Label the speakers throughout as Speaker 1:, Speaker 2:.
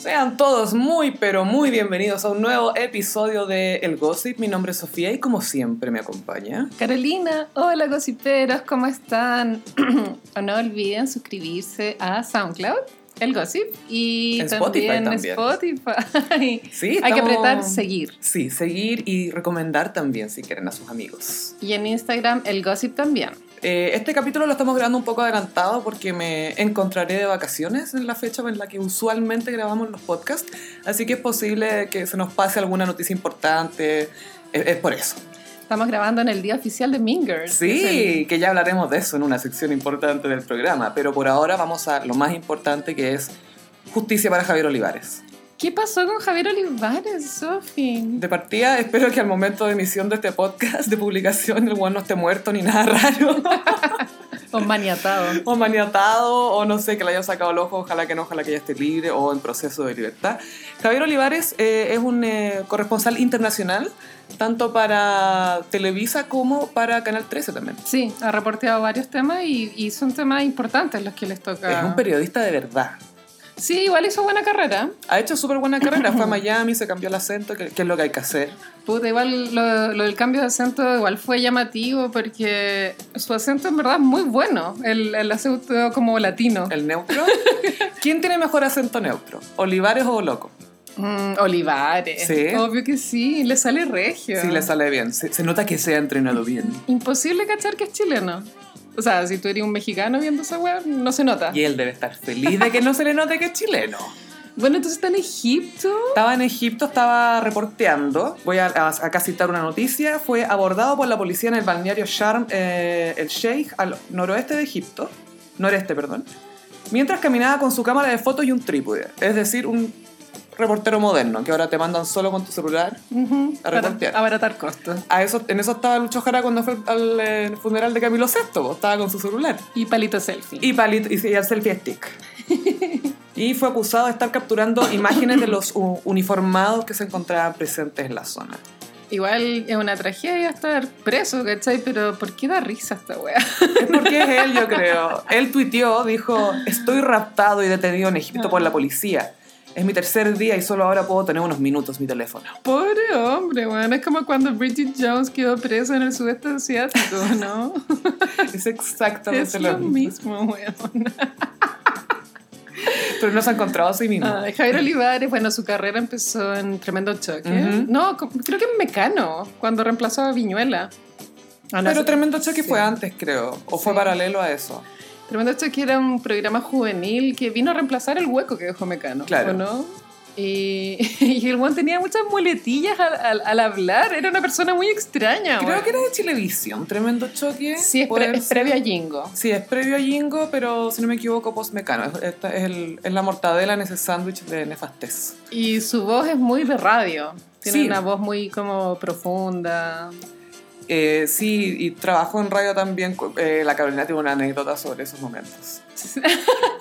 Speaker 1: Sean todos muy, pero muy bienvenidos a un nuevo episodio de El Gossip. Mi nombre es Sofía y como siempre me acompaña.
Speaker 2: Carolina, hola gossiperos, ¿cómo están? Oh, no olviden suscribirse a SoundCloud, el Gossip, y
Speaker 1: En Spotify
Speaker 2: también,
Speaker 1: también.
Speaker 2: Spotify.
Speaker 1: Sí,
Speaker 2: Hay
Speaker 1: estamos-
Speaker 2: que apretar seguir.
Speaker 1: Sí, seguir y recomendar también si quieren a sus amigos.
Speaker 2: Y en Instagram, el Gossip también.
Speaker 1: Eh, este capítulo lo estamos grabando un poco adelantado porque me encontraré de vacaciones en la fecha en la que usualmente grabamos los podcasts, así que es posible que se nos pase alguna noticia importante. Es, es por eso.
Speaker 2: Estamos grabando en el día oficial de Mingers.
Speaker 1: Sí, que ya hablaremos de eso en una sección importante del programa, pero por ahora vamos a lo más importante que es justicia para Javier Olivares.
Speaker 2: ¿Qué pasó con Javier Olivares, Sofi?
Speaker 1: De partida, espero que al momento de emisión de este podcast, de publicación, el weón no esté muerto ni nada raro,
Speaker 2: O maniatado.
Speaker 1: o maniatado, o no sé, que le hayan sacado el ojo, ojalá que no, ojalá que ya esté libre o en proceso de libertad. Javier Olivares eh, es un eh, corresponsal internacional, tanto para Televisa como para Canal 13 también.
Speaker 2: Sí, ha reporteado varios temas y, y son temas importantes los que les toca.
Speaker 1: Es un periodista de verdad.
Speaker 2: sí, igual hizo buena carrera.
Speaker 1: Ha hecho súper buena carrera, fue a Miami, se cambió el acento, que, que es lo que hay que hacer.
Speaker 2: Puta, igual lo, lo del cambio de acento igual fue llamativo porque su acento en verdad es muy bueno, el, el acento como latino.
Speaker 1: El neutro. ¿Quién tiene mejor acento neutro? ¿Olivares o Loco?
Speaker 2: Mm, Olivares,
Speaker 1: Sí.
Speaker 2: obvio que sí, le sale regio.
Speaker 1: Sí, le sale bien. Se, se nota que se ha entrenado bien.
Speaker 2: Imposible cachar que es chileno. O sea, si tú eres un mexicano viendo esa weá, no se nota.
Speaker 1: Y él debe estar feliz de que no se le note que es chileno.
Speaker 2: Bueno, entonces está en Egipto.
Speaker 1: Estaba en Egipto, estaba reporteando. Voy a, a- acá citar una noticia. Fue abordado por la policía en el balneario Sharm eh, el Sheikh, al noroeste de Egipto. Noreste, perdón. Mientras caminaba con su cámara de fotos y un trípode. Es decir, un reportero moderno, que ahora te mandan solo con tu celular.
Speaker 2: Ujú,
Speaker 1: A
Speaker 2: para
Speaker 1: reportear.
Speaker 2: abaratar costos.
Speaker 1: A eso, en eso estaba Lucho Jara cuando fue al eh, funeral de Camilo VI. po. Estaba con su celular.
Speaker 2: Y palito selfie.
Speaker 1: y palito y, y el selfie stick. Y fue acusado de estar capturando imágenes de los u- uniformados que se encontraban presentes en la zona.
Speaker 2: Igual es una tragedia estar preso, ¿cachai? Pero ¿por qué da risa esta weá?
Speaker 1: Es porque es él, yo creo. Él tuiteó, dijo, estoy raptado y detenido en Egipto por la policía. Es mi tercer día y solo ahora puedo tener unos minutos mi teléfono.
Speaker 2: Pobre hombre, bueno, es como cuando Bridget Jones quedó presa en el sudeste asiático, ¿no?
Speaker 1: Es exactamente
Speaker 2: es
Speaker 1: lo
Speaker 2: lo
Speaker 1: mismo.
Speaker 2: mismo, weón.
Speaker 1: Pero no se ha encontrado a sí mismo.
Speaker 2: Ay, Javier Olivares, bueno, su carrera empezó en tremendo choque.
Speaker 1: Ujú.
Speaker 2: No, co- creo que en Mecano, cuando reemplazó a Viñuela. Ah, no,
Speaker 1: Pero
Speaker 2: sí.
Speaker 1: tremendo choque
Speaker 2: Sí.
Speaker 1: fue antes, creo. O fue
Speaker 2: Sí.
Speaker 1: paralelo a eso.
Speaker 2: Tremendo choque era un programa juvenil que vino a reemplazar el hueco que dejó Mecano,
Speaker 1: Claro.
Speaker 2: ¿o no? Y, y el Juan tenía muchas muletillas al, al- al hablar, era una persona muy extraña.
Speaker 1: Creo
Speaker 2: weón.
Speaker 1: que era de Chilevisión, tremendo choque.
Speaker 2: Ah, Sí, es, pre-
Speaker 1: Puede
Speaker 2: es
Speaker 1: ser.
Speaker 2: previo a Jingo.
Speaker 1: Sí, es previo a Jingo, pero si no me equivoco, post-mecano. Es, esta- es el- es la mortadela en ese sándwich de nefastez.
Speaker 2: Y su voz es muy de radio. Tiene
Speaker 1: Sí.
Speaker 2: una voz muy como profunda.
Speaker 1: Eh, sí, y trabajo en radio también. cu- eh, la Carolina tiene una anécdota sobre esos momentos.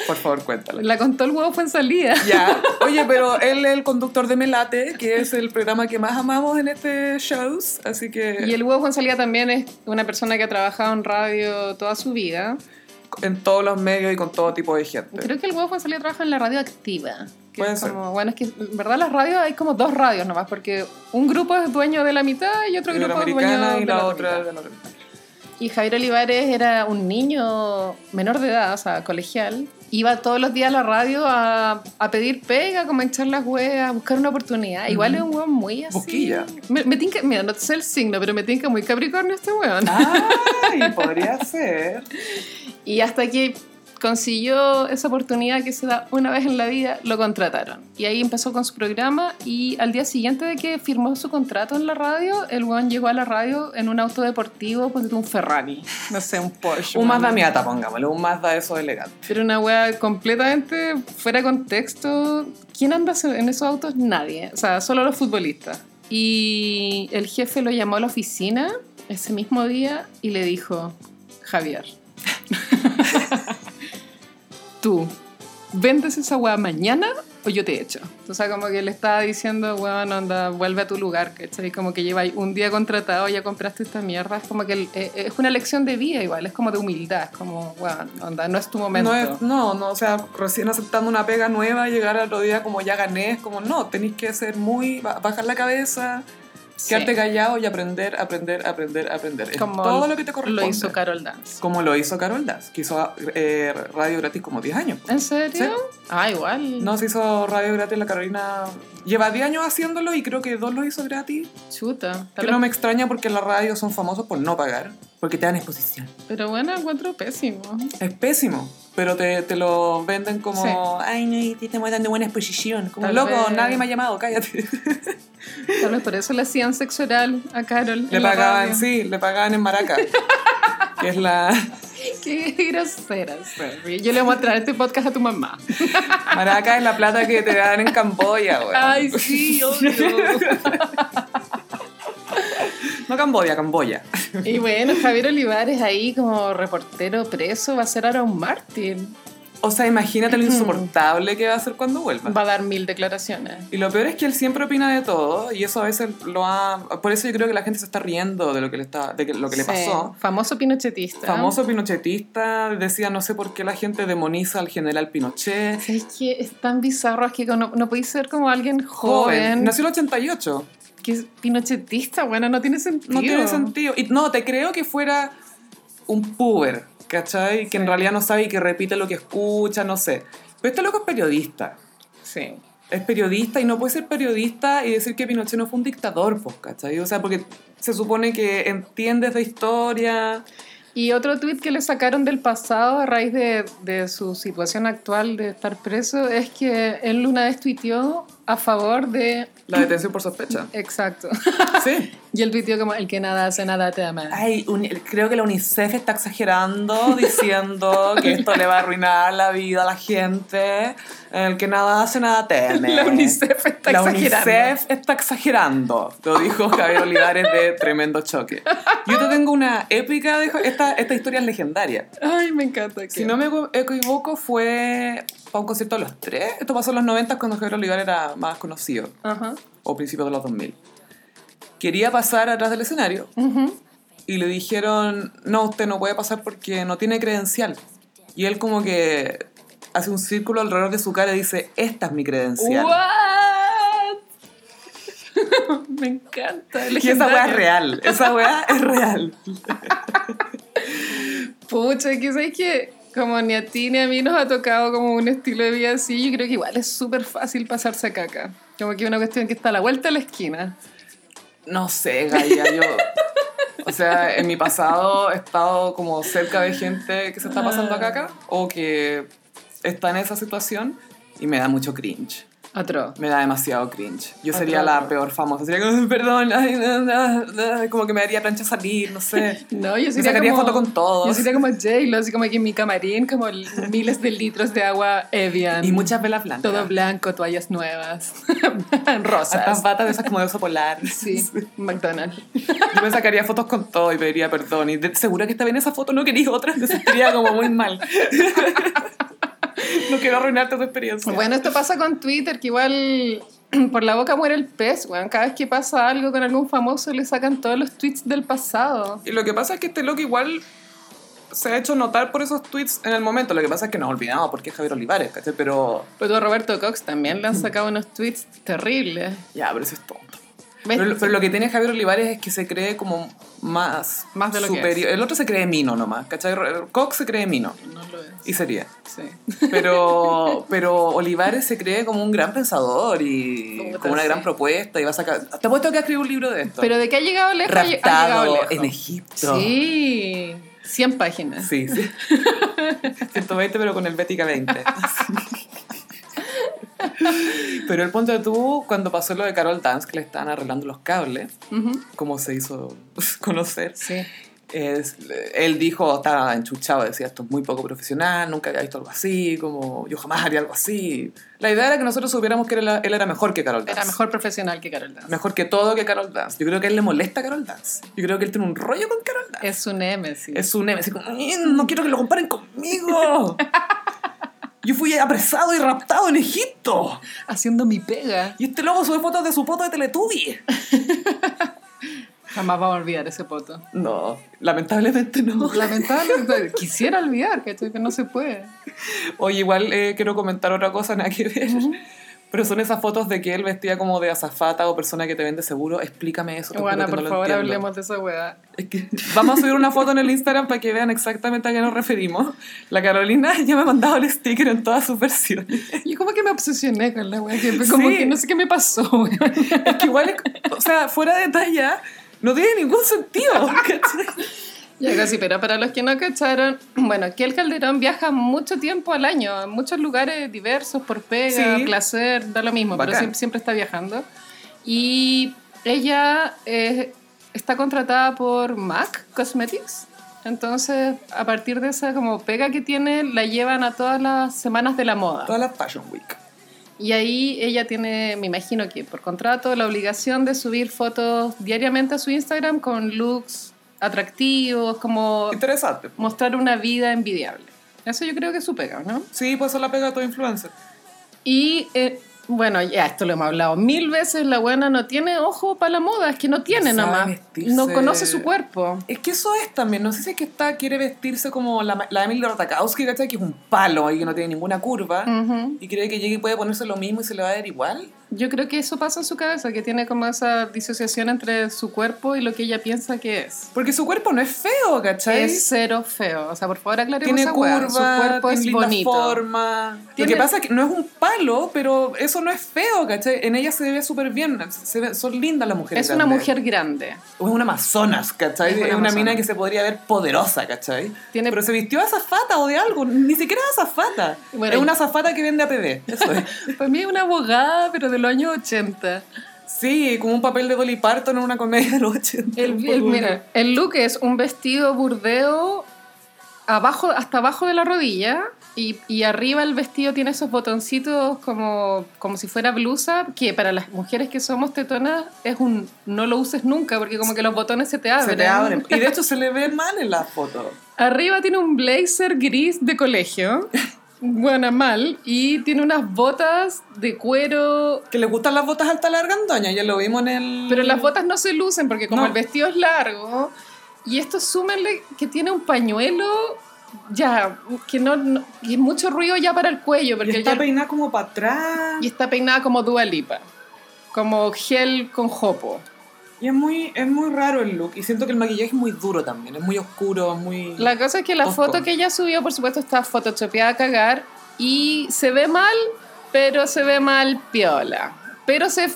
Speaker 1: Por favor, cuéntala.
Speaker 2: La contó el huevo fue en salida.
Speaker 1: Ya. Oye, pero él es el conductor de Melate, que es el programa que más amamos en este shows, así que
Speaker 2: Y el huevo fue en salida también es una persona que ha trabajado en radio toda su vida.
Speaker 1: en todos los medios y con todo tipo de gente.
Speaker 2: Creo que el huevo fue en salida trabaja en la radio activa. Que
Speaker 1: Puede
Speaker 2: es
Speaker 1: ser.
Speaker 2: como- bueno, es que en verdad las radios hay como dos radios nomás, porque un grupo es dueño de la mitad y otro
Speaker 1: Primero
Speaker 2: grupo es
Speaker 1: americana
Speaker 2: dueño
Speaker 1: y
Speaker 2: de
Speaker 1: la,
Speaker 2: la,
Speaker 1: otra
Speaker 2: mitad.
Speaker 1: de la otra.
Speaker 2: Y Javier Olivares era un niño menor de edad, o sea, colegial. Iba todos los días a la radio a, a pedir pega, como a echar las hueas, a buscar una oportunidad. Igual
Speaker 1: Ujú.
Speaker 2: es un hueón muy así.
Speaker 1: Busquilla.
Speaker 2: Me, me tinca, mira, no sé el signo, pero me tinca muy capricornio este hueón.
Speaker 1: Ah. Ay, podría ser.
Speaker 2: Y hasta que consiguió esa oportunidad que se da una vez en la vida, lo contrataron. Y ahí empezó con su programa y al día siguiente de que firmó su contrato en la radio, el weón llegó a la radio en un auto deportivo, pues un Ferrari, no sé, un Porsche.
Speaker 1: Un
Speaker 2: weón.
Speaker 1: Mazda Miata, pongámosle, un Mazda de esos elegantes.
Speaker 2: Pero una wea completamente fuera de contexto. ¿Quién anda en esos autos? Nadie. O sea, solo los futbolistas. Y el jefe lo llamó a la oficina ese mismo día y le dijo, Javier, tú vendes esa wea mañana o yo te echo. O sea, como que le estaba diciendo, weón, anda, vuelve a tu lugar, ¿cachai? Como que lleváis un día contratado, ya compraste esta mierda. Es como que el- eh, es una lección de vida igual, es como de humildad, es como, weón, onda, no es tu momento.
Speaker 1: No, es- no, no, o sea, recién aceptando una pega nueva, llegar al otro día como ya gané, es como no, tenéis que ser muy, ba- bajar la cabeza,
Speaker 2: Sí.
Speaker 1: quedarte callado y aprender, aprender, aprender, aprender. Es
Speaker 2: Como
Speaker 1: todo lo que te corresponde.
Speaker 2: Lo hizo Carol Dance.
Speaker 1: Como lo hizo Carol Das, que hizo eh, radio gratis como 10 años.
Speaker 2: ¿En serio? Ah, igual.
Speaker 1: No, se hizo radio gratis la Carolina. Lleva 10 años haciéndolo y creo que dos lo hizo gratis.
Speaker 2: Chuta. Tal
Speaker 1: Que
Speaker 2: vez-
Speaker 1: no me extraña porque en la radio son famosos por no pagar, porque te dan exposición.
Speaker 2: Pero bueno, encuentro pésimo.
Speaker 1: Es pésimo, pero te, te lo venden como,
Speaker 2: Sí.
Speaker 1: ay, no, y te estamos dando buena exposición. Como,
Speaker 2: Tal
Speaker 1: loco,
Speaker 2: vez-
Speaker 1: nadie me ha llamado, cállate.
Speaker 2: Tal vez por eso le hacían sexo oral a Carol. en
Speaker 1: Le
Speaker 2: la
Speaker 1: pagaban,
Speaker 2: radio.
Speaker 1: sí, le pagaban en Maraca, que es la...
Speaker 2: Qué grosera, Sophie. Yo le voy a traer este podcast a tu mamá.
Speaker 1: Maraca es la plata que te dan en Camboya, güey.
Speaker 2: Ay, sí, obvio.
Speaker 1: No Camboya, Camboya.
Speaker 2: y bueno, Javier Olivares ahí como reportero preso va a ser Aaron Martin.
Speaker 1: O sea, imagínate lo insoportable que va a ser cuando vuelva.
Speaker 2: Mm. Va a dar mil declaraciones.
Speaker 1: Y lo peor es que él siempre opina de todo y eso a veces lo ha... Por eso yo creo que la gente se está riendo de lo que le, está, de que- lo que le
Speaker 2: Sí, ¿Ah?
Speaker 1: pasó.
Speaker 2: Famoso pinochetista.
Speaker 1: Famoso pinochetista, decía no sé por qué la gente demoniza al general Pinochet.
Speaker 2: Es que es tan bizarro, es que no, no podéis ser como alguien
Speaker 1: Joven.
Speaker 2: joven.
Speaker 1: Nació el 88.
Speaker 2: Que es pinochetista, bueno, no tiene sentido.
Speaker 1: No tiene sentido. Y no, te creo que fuera un puber, ¿cachai? Que en
Speaker 2: Sí.
Speaker 1: realidad no sabe y que repite lo que escucha, no sé. Pero este loco es periodista.
Speaker 2: Sí.
Speaker 1: Es periodista y no puede ser periodista y decir que Pinochet no fue un dictador, pues, ¿cachai? O sea, porque se supone que entiendes de historia.
Speaker 2: Y otro tuit que le sacaron del pasado a raíz de, de su situación actual de estar preso es que él una vez tuiteó a favor de...
Speaker 1: La detención por sospecha.
Speaker 2: Exacto.
Speaker 1: Sí.
Speaker 2: Y él tuiteó como, el que nada hace, nada te ama.
Speaker 1: Ay, uni- creo que la UNICEF está exagerando diciendo que esto le va a arruinar la vida a la gente. El que nada hace, nada teme.
Speaker 2: La UNICEF está
Speaker 1: La
Speaker 2: exagerando.
Speaker 1: UNICEF está exagerando, lo dijo Javier Olivares de Tremendo Choque. Yo te tengo una épica, de, esta, esta historia es legendaria.
Speaker 2: Ay, me encanta. que-
Speaker 1: Si no me equivoco, fue para un concierto de los tres. Esto pasó en los 90 cuando Javier Olivares era más conocido,
Speaker 2: Ajá.
Speaker 1: o principios de los 2000. Quería pasar atrás del escenario,
Speaker 2: Ujú.
Speaker 1: y le dijeron, no, usted no puede pasar porque no tiene credencial. Y él como que hace un círculo alrededor de su cara y dice, esta es mi credencial.
Speaker 2: What? me encanta.
Speaker 1: Y esa weá es
Speaker 2: legendario.
Speaker 1: real, esa weá es real.
Speaker 2: Pucha, que sabes que como ni a ti ni a mí nos ha tocado como un estilo de vida así, yo creo que igual es súper fácil pasarse a caca. Como que una cuestión que está a la vuelta de la esquina.
Speaker 1: No sé, Gaia, yo... O sea, en mi pasado he estado como cerca de gente que se está pasando a caca o que está en esa situación y me da mucho cringe.
Speaker 2: Atro.
Speaker 1: Me da demasiado cringe. Yo
Speaker 2: Ah,
Speaker 1: sería
Speaker 2: claro.
Speaker 1: la peor famosa. Sería como, perdón, ay, no, no, no", como que me daría plancha salir, no sé.
Speaker 2: No, yo
Speaker 1: Me
Speaker 2: sería
Speaker 1: sacaría
Speaker 2: como...
Speaker 1: foto con todos.
Speaker 2: Yo sería como J-Lo, así como aquí en mi camarín, como l- miles de litros de agua Evian.
Speaker 1: Y muchas velas blancas.
Speaker 2: Todo blanco, toallas nuevas,
Speaker 1: Estas
Speaker 2: rosas.
Speaker 1: batas de esas como de oso polar.
Speaker 2: Sí, McDonald's.
Speaker 1: Yo me sacaría fotos con todo y pediría perdón. Y de- segura que está bien esa foto, no quería otra. Me sentiría como muy mal. no quiero arruinarte tu experiencia.
Speaker 2: Bueno, esto pasa con Twitter, que igual por la boca muere el pez, weón. Cada vez que pasa algo con algún famoso le sacan todos los tweets del pasado.
Speaker 1: Y lo que pasa es que este loco igual se ha hecho notar por esos tweets en el momento. Lo que pasa es que nos olvidamos porque es Javier Olivares, ¿cachai? Pero
Speaker 2: Pero a Roberto Cox también
Speaker 1: Mm.
Speaker 2: le han sacado unos tweets terribles.
Speaker 1: ya, pero eso es tonto.
Speaker 2: ¿Ves?
Speaker 1: Pero, lo- pero lo que tiene Javier Olivares es que se cree como más,
Speaker 2: Más de lo que
Speaker 1: superior. El otro se cree mino nomás, ¿cachai? Cox se cree mino.
Speaker 2: No lo es.
Speaker 1: Y sería.
Speaker 2: Sí.
Speaker 1: Pero, pero Olivares se cree como un gran pensador y
Speaker 2: Puta,
Speaker 1: como una
Speaker 2: sí.
Speaker 1: gran propuesta y va a sacar... Te apuesto que va a escribir un libro de esto.
Speaker 2: Pero de que ha llegado lejos, ha lle- ha llegado
Speaker 1: Raptado
Speaker 2: lejos.
Speaker 1: en Egipto.
Speaker 2: Sí, 100 páginas.
Speaker 1: Sí, sí. 120 pero con el Bética 20. pero el punto de tú, cuando pasó lo de Carol Dance, que le estaban arreglando los cables,
Speaker 2: Ujú,
Speaker 1: como se hizo conocer,
Speaker 2: sí.
Speaker 1: es- él dijo, estaba enchuchado, decía, esto es muy poco profesional, nunca había visto algo así, como yo jamás haría algo así. La idea era que nosotros supiéramos que él era, él era mejor que Carol Dance.
Speaker 2: Era mejor profesional que Carol Dance.
Speaker 1: Mejor que todo que Carol Dance. Yo creo que a él le molesta a Carol Dance. Yo creo que él tiene un rollo con Carol Dance.
Speaker 2: Es un M, sí.
Speaker 1: Es un M, así como, "Mm, no quiero que lo comparen conmigo. Yo fui apresado y raptado en Egipto.
Speaker 2: haciendo mi pega.
Speaker 1: Y este loco sube fotos de su foto de Teletubby.
Speaker 2: Jamás vamos a olvidar ese poto.
Speaker 1: No, lamentablemente no.
Speaker 2: Lamentable, quisiera olvidar, ¿cachai? Pero no se puede.
Speaker 1: Oye, igual eh, quiero comentar otra cosa, nada que ver. Pero son esas fotos de que él vestía como de azafata o persona que te vende seguro. Explícame eso. te juro
Speaker 2: Juana,
Speaker 1: que
Speaker 2: por
Speaker 1: no lo
Speaker 2: favor,
Speaker 1: entiendo.
Speaker 2: hablemos de esa weá.
Speaker 1: Es que vamos a subir una foto en el Instagram para que vean exactamente a qué nos referimos. La Carolina ya me ha mandado el sticker en todas sus versiones.
Speaker 2: Yo como que me obsesioné con la weá, que como
Speaker 1: Sí.
Speaker 2: que no sé qué me pasó, weón.
Speaker 1: Es que igual, es- o sea, fuera de talla, no tiene ningún sentido. ¿cachai?
Speaker 2: Ya casi, pero para los que no cacharon, bueno, que el Calderón viaja mucho tiempo al año, a muchos lugares diversos, por pega,
Speaker 1: Sí.
Speaker 2: placer, da lo mismo, pero
Speaker 1: Bacán.
Speaker 2: siempre, siempre está viajando. Y ella eh, está contratada por MAC Cosmetics. Entonces, a partir de esa como pega que tiene, la llevan a todas las semanas de la moda.
Speaker 1: Toda la Fashion Week.
Speaker 2: Y ahí ella tiene, me imagino que por contrato, la obligación de subir fotos diariamente a su Instagram con looks atractivos, como
Speaker 1: Interesante.
Speaker 2: mostrar una vida envidiable. Eso yo creo que es su pega, ¿no?
Speaker 1: Sí, pues eso la pega a todo influencer.
Speaker 2: Y eh, bueno, ya esto lo hemos hablado mil veces, la buena no tiene ojo para la moda, es que no tiene
Speaker 1: No sabe
Speaker 2: nada más.
Speaker 1: vestirse.
Speaker 2: No conoce su cuerpo.
Speaker 1: Es que eso es también, no sé si es que está, quiere vestirse como la, la Emily Ratakowski, ¿cachai? Que es un palo y que no tiene ninguna curva.
Speaker 2: Ujú.
Speaker 1: Y cree que llegue y puede ponerse lo mismo y se le va a ver igual.
Speaker 2: Yo creo que eso pasa en su cabeza, que tiene como esa disociación entre su cuerpo y lo que ella piensa que es.
Speaker 1: Porque su cuerpo no es feo, ¿cachai?
Speaker 2: Es cero feo. O sea, por favor, aclaremos
Speaker 1: tiene
Speaker 2: esa weá.
Speaker 1: curva,
Speaker 2: Su cuerpo
Speaker 1: tiene
Speaker 2: es
Speaker 1: linda
Speaker 2: bonito.
Speaker 1: forma.
Speaker 2: Tiene-
Speaker 1: Lo que pasa es que no es un palo, pero eso no es feo, ¿cachai? En ella se ve súper bien, se ve- son lindas las mujeres.
Speaker 2: Es una
Speaker 1: grandes.
Speaker 2: mujer grande.
Speaker 1: O es una amazonas, ¿cachai?
Speaker 2: Es
Speaker 1: Es
Speaker 2: una
Speaker 1: una,
Speaker 2: amazona.
Speaker 1: mina que se podría ver poderosa, ¿cachai?
Speaker 2: Tiene-
Speaker 1: Pero se vistió de azafata o de algo, ni siquiera de azafata.
Speaker 2: Bueno,
Speaker 1: es
Speaker 2: y-
Speaker 1: una azafata que vende APB, eso es.
Speaker 2: Para mí es una abogada, pero de los años 80.
Speaker 1: sí, como un papel de Dolly Parton en una comedia de los 80.
Speaker 2: El, el- mira, el look es un vestido burdeo abajo, hasta abajo de la rodilla y, y arriba el vestido tiene esos botoncitos como, como si fuera blusa, que para las mujeres que somos tetonas es un no lo uses nunca porque como que los botones se te abren.
Speaker 1: Se te abren. Y de hecho se le ve mal en la foto.
Speaker 2: Arriba tiene un blazer gris de colegio. Bueno, mal. Y tiene unas botas de cuero
Speaker 1: Que le gustan las botas altas largandoñas, ya lo vimos en el...
Speaker 2: Pero las botas no se lucen porque como
Speaker 1: No.
Speaker 2: el vestido es largo y esto súmenle que tiene un pañuelo ya que no, no- que es mucho ruido ya para el cuello porque
Speaker 1: y está
Speaker 2: ya-
Speaker 1: peinada como para atrás.
Speaker 2: y está peinada como Dua Lipa, como gel con jopo.
Speaker 1: Y es muy, es muy raro el look. Y siento que el maquillaje es muy duro también. Es muy oscuro, es muy...
Speaker 2: La cosa es que la
Speaker 1: Tosco.
Speaker 2: foto que ella subió, por supuesto, está photoshopeada a cagar y se ve mal, pero se ve mal piola. Pero se.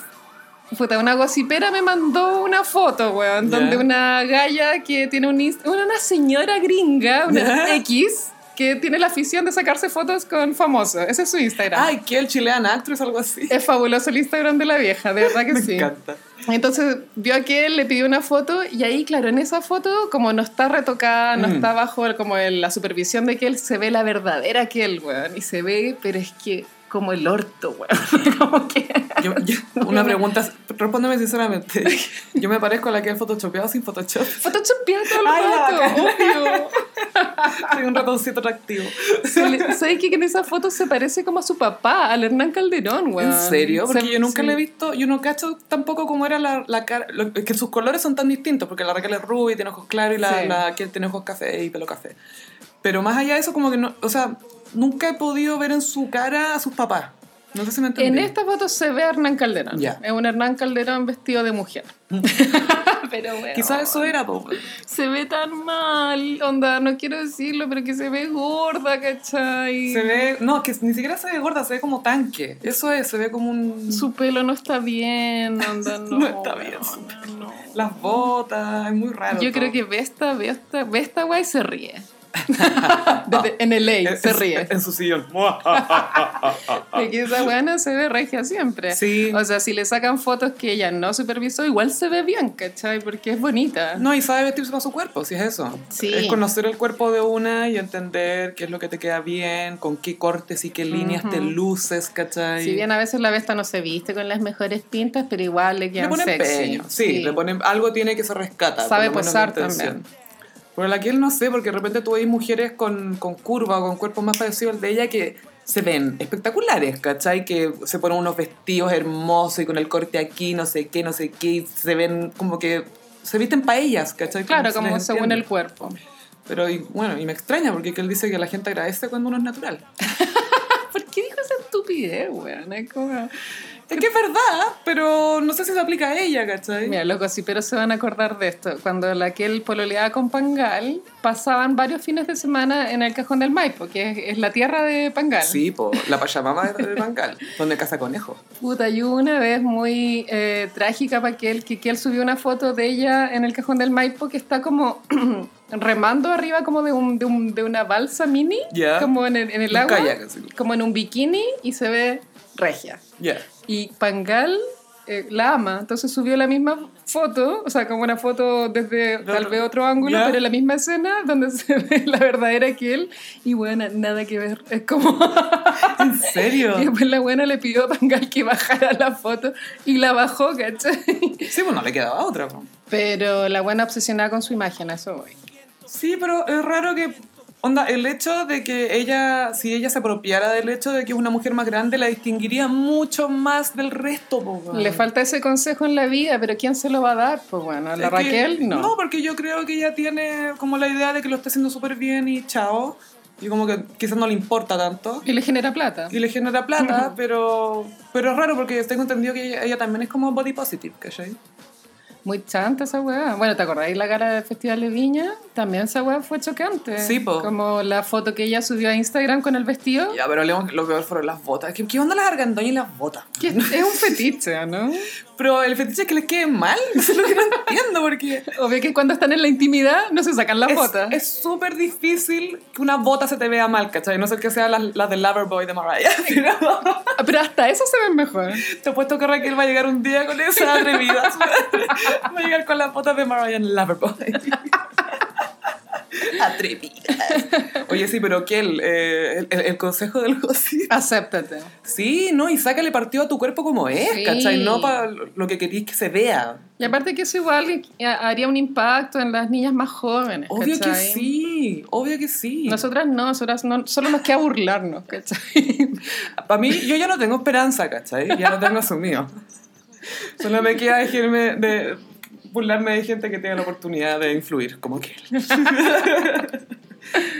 Speaker 2: Puta, una gocipera me mandó una foto, weón,
Speaker 1: Ya.
Speaker 2: donde una galla que tiene un. inst- Una, una señora gringa, una
Speaker 1: Ya.
Speaker 2: X, que tiene la afición de sacarse fotos con famosos. Ese es su Instagram.
Speaker 1: Ay, que el chilean actress, algo así.
Speaker 2: Es fabuloso el Instagram de la vieja, de verdad que
Speaker 1: Me
Speaker 2: sí.
Speaker 1: encanta.
Speaker 2: Entonces vio a aquel, le pidió una foto y ahí, claro, en esa foto, como no está retocada, no
Speaker 1: Mm.
Speaker 2: está bajo el- como el- la supervisión de aquel, se ve la verdadera aquel, weón. Y se ve, pero es que como el orto, weón. como que...
Speaker 1: Yo- yo- una pregunta, respóndeme sinceramente. Yo me parezco a la que es photoshopeado sin photoshop.
Speaker 2: Photoshopeado todo el
Speaker 1: Ay, la
Speaker 2: rato, obvio.
Speaker 1: Soy un ratoncito atractivo.
Speaker 2: Se le- ¿Sabes qué? Que en esa foto se parece como a su papá, al Hernán Calderón, weón.
Speaker 1: ¿En serio? Porque
Speaker 2: Se-
Speaker 1: yo nunca
Speaker 2: sí.
Speaker 1: le he visto, yo no cacho tampoco cómo era la, la cara. lo- es que sus colores son tan distintos, porque la Raquel es rubia y tiene ojos claros y la,
Speaker 2: Sí.
Speaker 1: la Kiel tiene ojos café y pelo café. Pero más allá de eso, como que no, o sea, nunca he podido ver en su cara a sus papás. No sé si me
Speaker 2: En
Speaker 1: entendí.
Speaker 2: esta foto se ve a Hernán Calderón.
Speaker 1: Ya.
Speaker 2: Es un Hernán Calderón vestido de mujer. pero bueno.
Speaker 1: Quizás eso era, po.
Speaker 2: se ve tan mal, onda, no quiero decirlo, pero que se ve gorda, ¿cachai?
Speaker 1: Se ve, no, es que ni siquiera se ve gorda, se ve como tanque. Eso es, se ve como un...
Speaker 2: Su pelo no está bien, onda, no.
Speaker 1: No está bien su
Speaker 2: no, no.
Speaker 1: las botas, es muy raro.
Speaker 2: Yo creo
Speaker 1: todo.
Speaker 2: que ve esta, ve esta, ve esta guay y se ríe. Desde- en LA,
Speaker 1: En-
Speaker 2: se
Speaker 1: en-
Speaker 2: ríe.
Speaker 1: Eh, En su sillón.
Speaker 2: Porque esa buena se ve regia siempre.
Speaker 1: Sí.
Speaker 2: O sea, si le sacan fotos que ella no supervisó, igual se ve bien, ¿cachai? Porque es bonita.
Speaker 1: No, y sabe vestirse para su cuerpo, si es eso.
Speaker 2: Sí.
Speaker 1: Es conocer el cuerpo de una y entender qué es lo que te queda bien, con qué cortes y qué líneas te luces, ¿cachai?
Speaker 2: Si bien a veces la Vesta no se viste con las mejores pintas, pero igual le
Speaker 1: le
Speaker 2: quedan
Speaker 1: ponen
Speaker 2: sexy.
Speaker 1: empeño. Sí, le ponen, algo tiene que se rescata.
Speaker 2: Sabe
Speaker 1: por lo menos de
Speaker 2: posar
Speaker 1: intención.
Speaker 2: también.
Speaker 1: Pero la que él no sé, porque de repente tú veis mujeres con, con curva o con cuerpos más parecidos al de ella que se ven espectaculares, ¿cachai? Que se ponen unos vestidos hermosos y con el corte aquí, no sé qué, no sé qué, y se ven como que se visten paellas, ¿cachai?
Speaker 2: Claro,
Speaker 1: se
Speaker 2: como
Speaker 1: les
Speaker 2: según
Speaker 1: entiende.
Speaker 2: el cuerpo.
Speaker 1: Pero y, bueno, y me extraña porque que él dice que la gente agradece cuando uno es natural.
Speaker 2: ¿Por qué dijo esa estupidez, weón? Es como...
Speaker 1: Es que es verdad, pero no sé si se aplica a ella, ¿cachai?
Speaker 2: Mira, los gossiperos se van a acordar de esto. Cuando la Kel pololeaba con Pangal, pasaban varios fines de semana en el Cajón del Maipo, que es, es la tierra de Pangal.
Speaker 1: Sí, po, la payamama de Bancal, donde caza conejo.
Speaker 2: Puta, y hubo una vez muy eh, trágica para Kel, que Kel subió una foto de ella en el Cajón del Maipo que está como remando arriba como de, un, de, un- de una balsa mini,
Speaker 1: Ya.
Speaker 2: como en el, en el
Speaker 1: Un
Speaker 2: agua,
Speaker 1: kayak, así.
Speaker 2: como en un bikini y se ve regia.
Speaker 1: Ya.
Speaker 2: Y Pangal eh, la ama, entonces subió la misma foto, o sea, como una foto desde tal vez otro ángulo,
Speaker 1: Ya.
Speaker 2: pero la misma escena donde se ve la verdadera que él. Y bueno, nada que ver, es como.
Speaker 1: ¿En serio?
Speaker 2: Y después la buena le pidió a Pangal que bajara la foto y la bajó, ¿cachai?
Speaker 1: Sí, pues no le quedaba otra. po.
Speaker 2: Pero la buena obsesionada con su imagen, a eso voy.
Speaker 1: Sí, pero es raro que. Onda, el hecho de que ella, si ella se apropiara del hecho de que es una mujer más grande, la distinguiría mucho más del resto, po, weón.
Speaker 2: Le falta ese consejo en la vida, pero ¿quién se lo va a dar? Pues bueno, a la
Speaker 1: Es que-
Speaker 2: Raquel
Speaker 1: No, porque yo creo que ella tiene como la idea de que lo está haciendo súper bien y chao. Y como que quizás no le importa tanto.
Speaker 2: Y le genera plata.
Speaker 1: Y le genera plata, pero, pero es raro porque tengo entendido que ella, ella también es como body positive, ¿cachai?
Speaker 2: Muy chanta esa weá. Bueno, ¿te acordáis la cara del Festival de Viña? También esa weá fue chocante.
Speaker 1: Sí, po.
Speaker 2: Como la foto que ella subió a Instagram con el vestido.
Speaker 1: Ya, pero hablemos, lo peor fueron las botas. ¿Qué, qué onda las argandoñas y las botas?
Speaker 2: Que es un fetiche, ¿no?
Speaker 1: Pero el fetiche es que les quede mal. Eso es lo que no entiendo, porque
Speaker 2: Obvio que cuando están en la intimidad no se sacan la
Speaker 1: es-
Speaker 2: foto.
Speaker 1: es súper difícil que una bota se te vea mal, ¿cachai? A No sé que sean las, las de Loverboy de Mariah. Pero
Speaker 2: Ah, Pero hasta eso se ven mejor.
Speaker 1: te apuesto que Raquel va a llegar un día con esas atrevidas. va a llegar con las botas de Mariah en Loverboy. Atrevidas. Oye, sí, pero ¿qué? El, eh, el, el consejo del gossip.
Speaker 2: Acéptate.
Speaker 1: Sí, no, y sácale partido a tu cuerpo como es,
Speaker 2: Sí.
Speaker 1: ¿cachai? No para lo que querís que se vea.
Speaker 2: Y aparte que eso igual haría un impacto en las niñas más jóvenes.
Speaker 1: Obvio
Speaker 2: ¿cachai?
Speaker 1: que sí, obvio que sí.
Speaker 2: Nosotras no, nosotras no, solo nos queda burlarnos, ¿cachai?
Speaker 1: Para mí, yo ya no tengo esperanza, ¿cachai? Ya lo tengo asumido. Solo me queda dejarme de burlarme de gente que tenga la oportunidad de influir, como que él.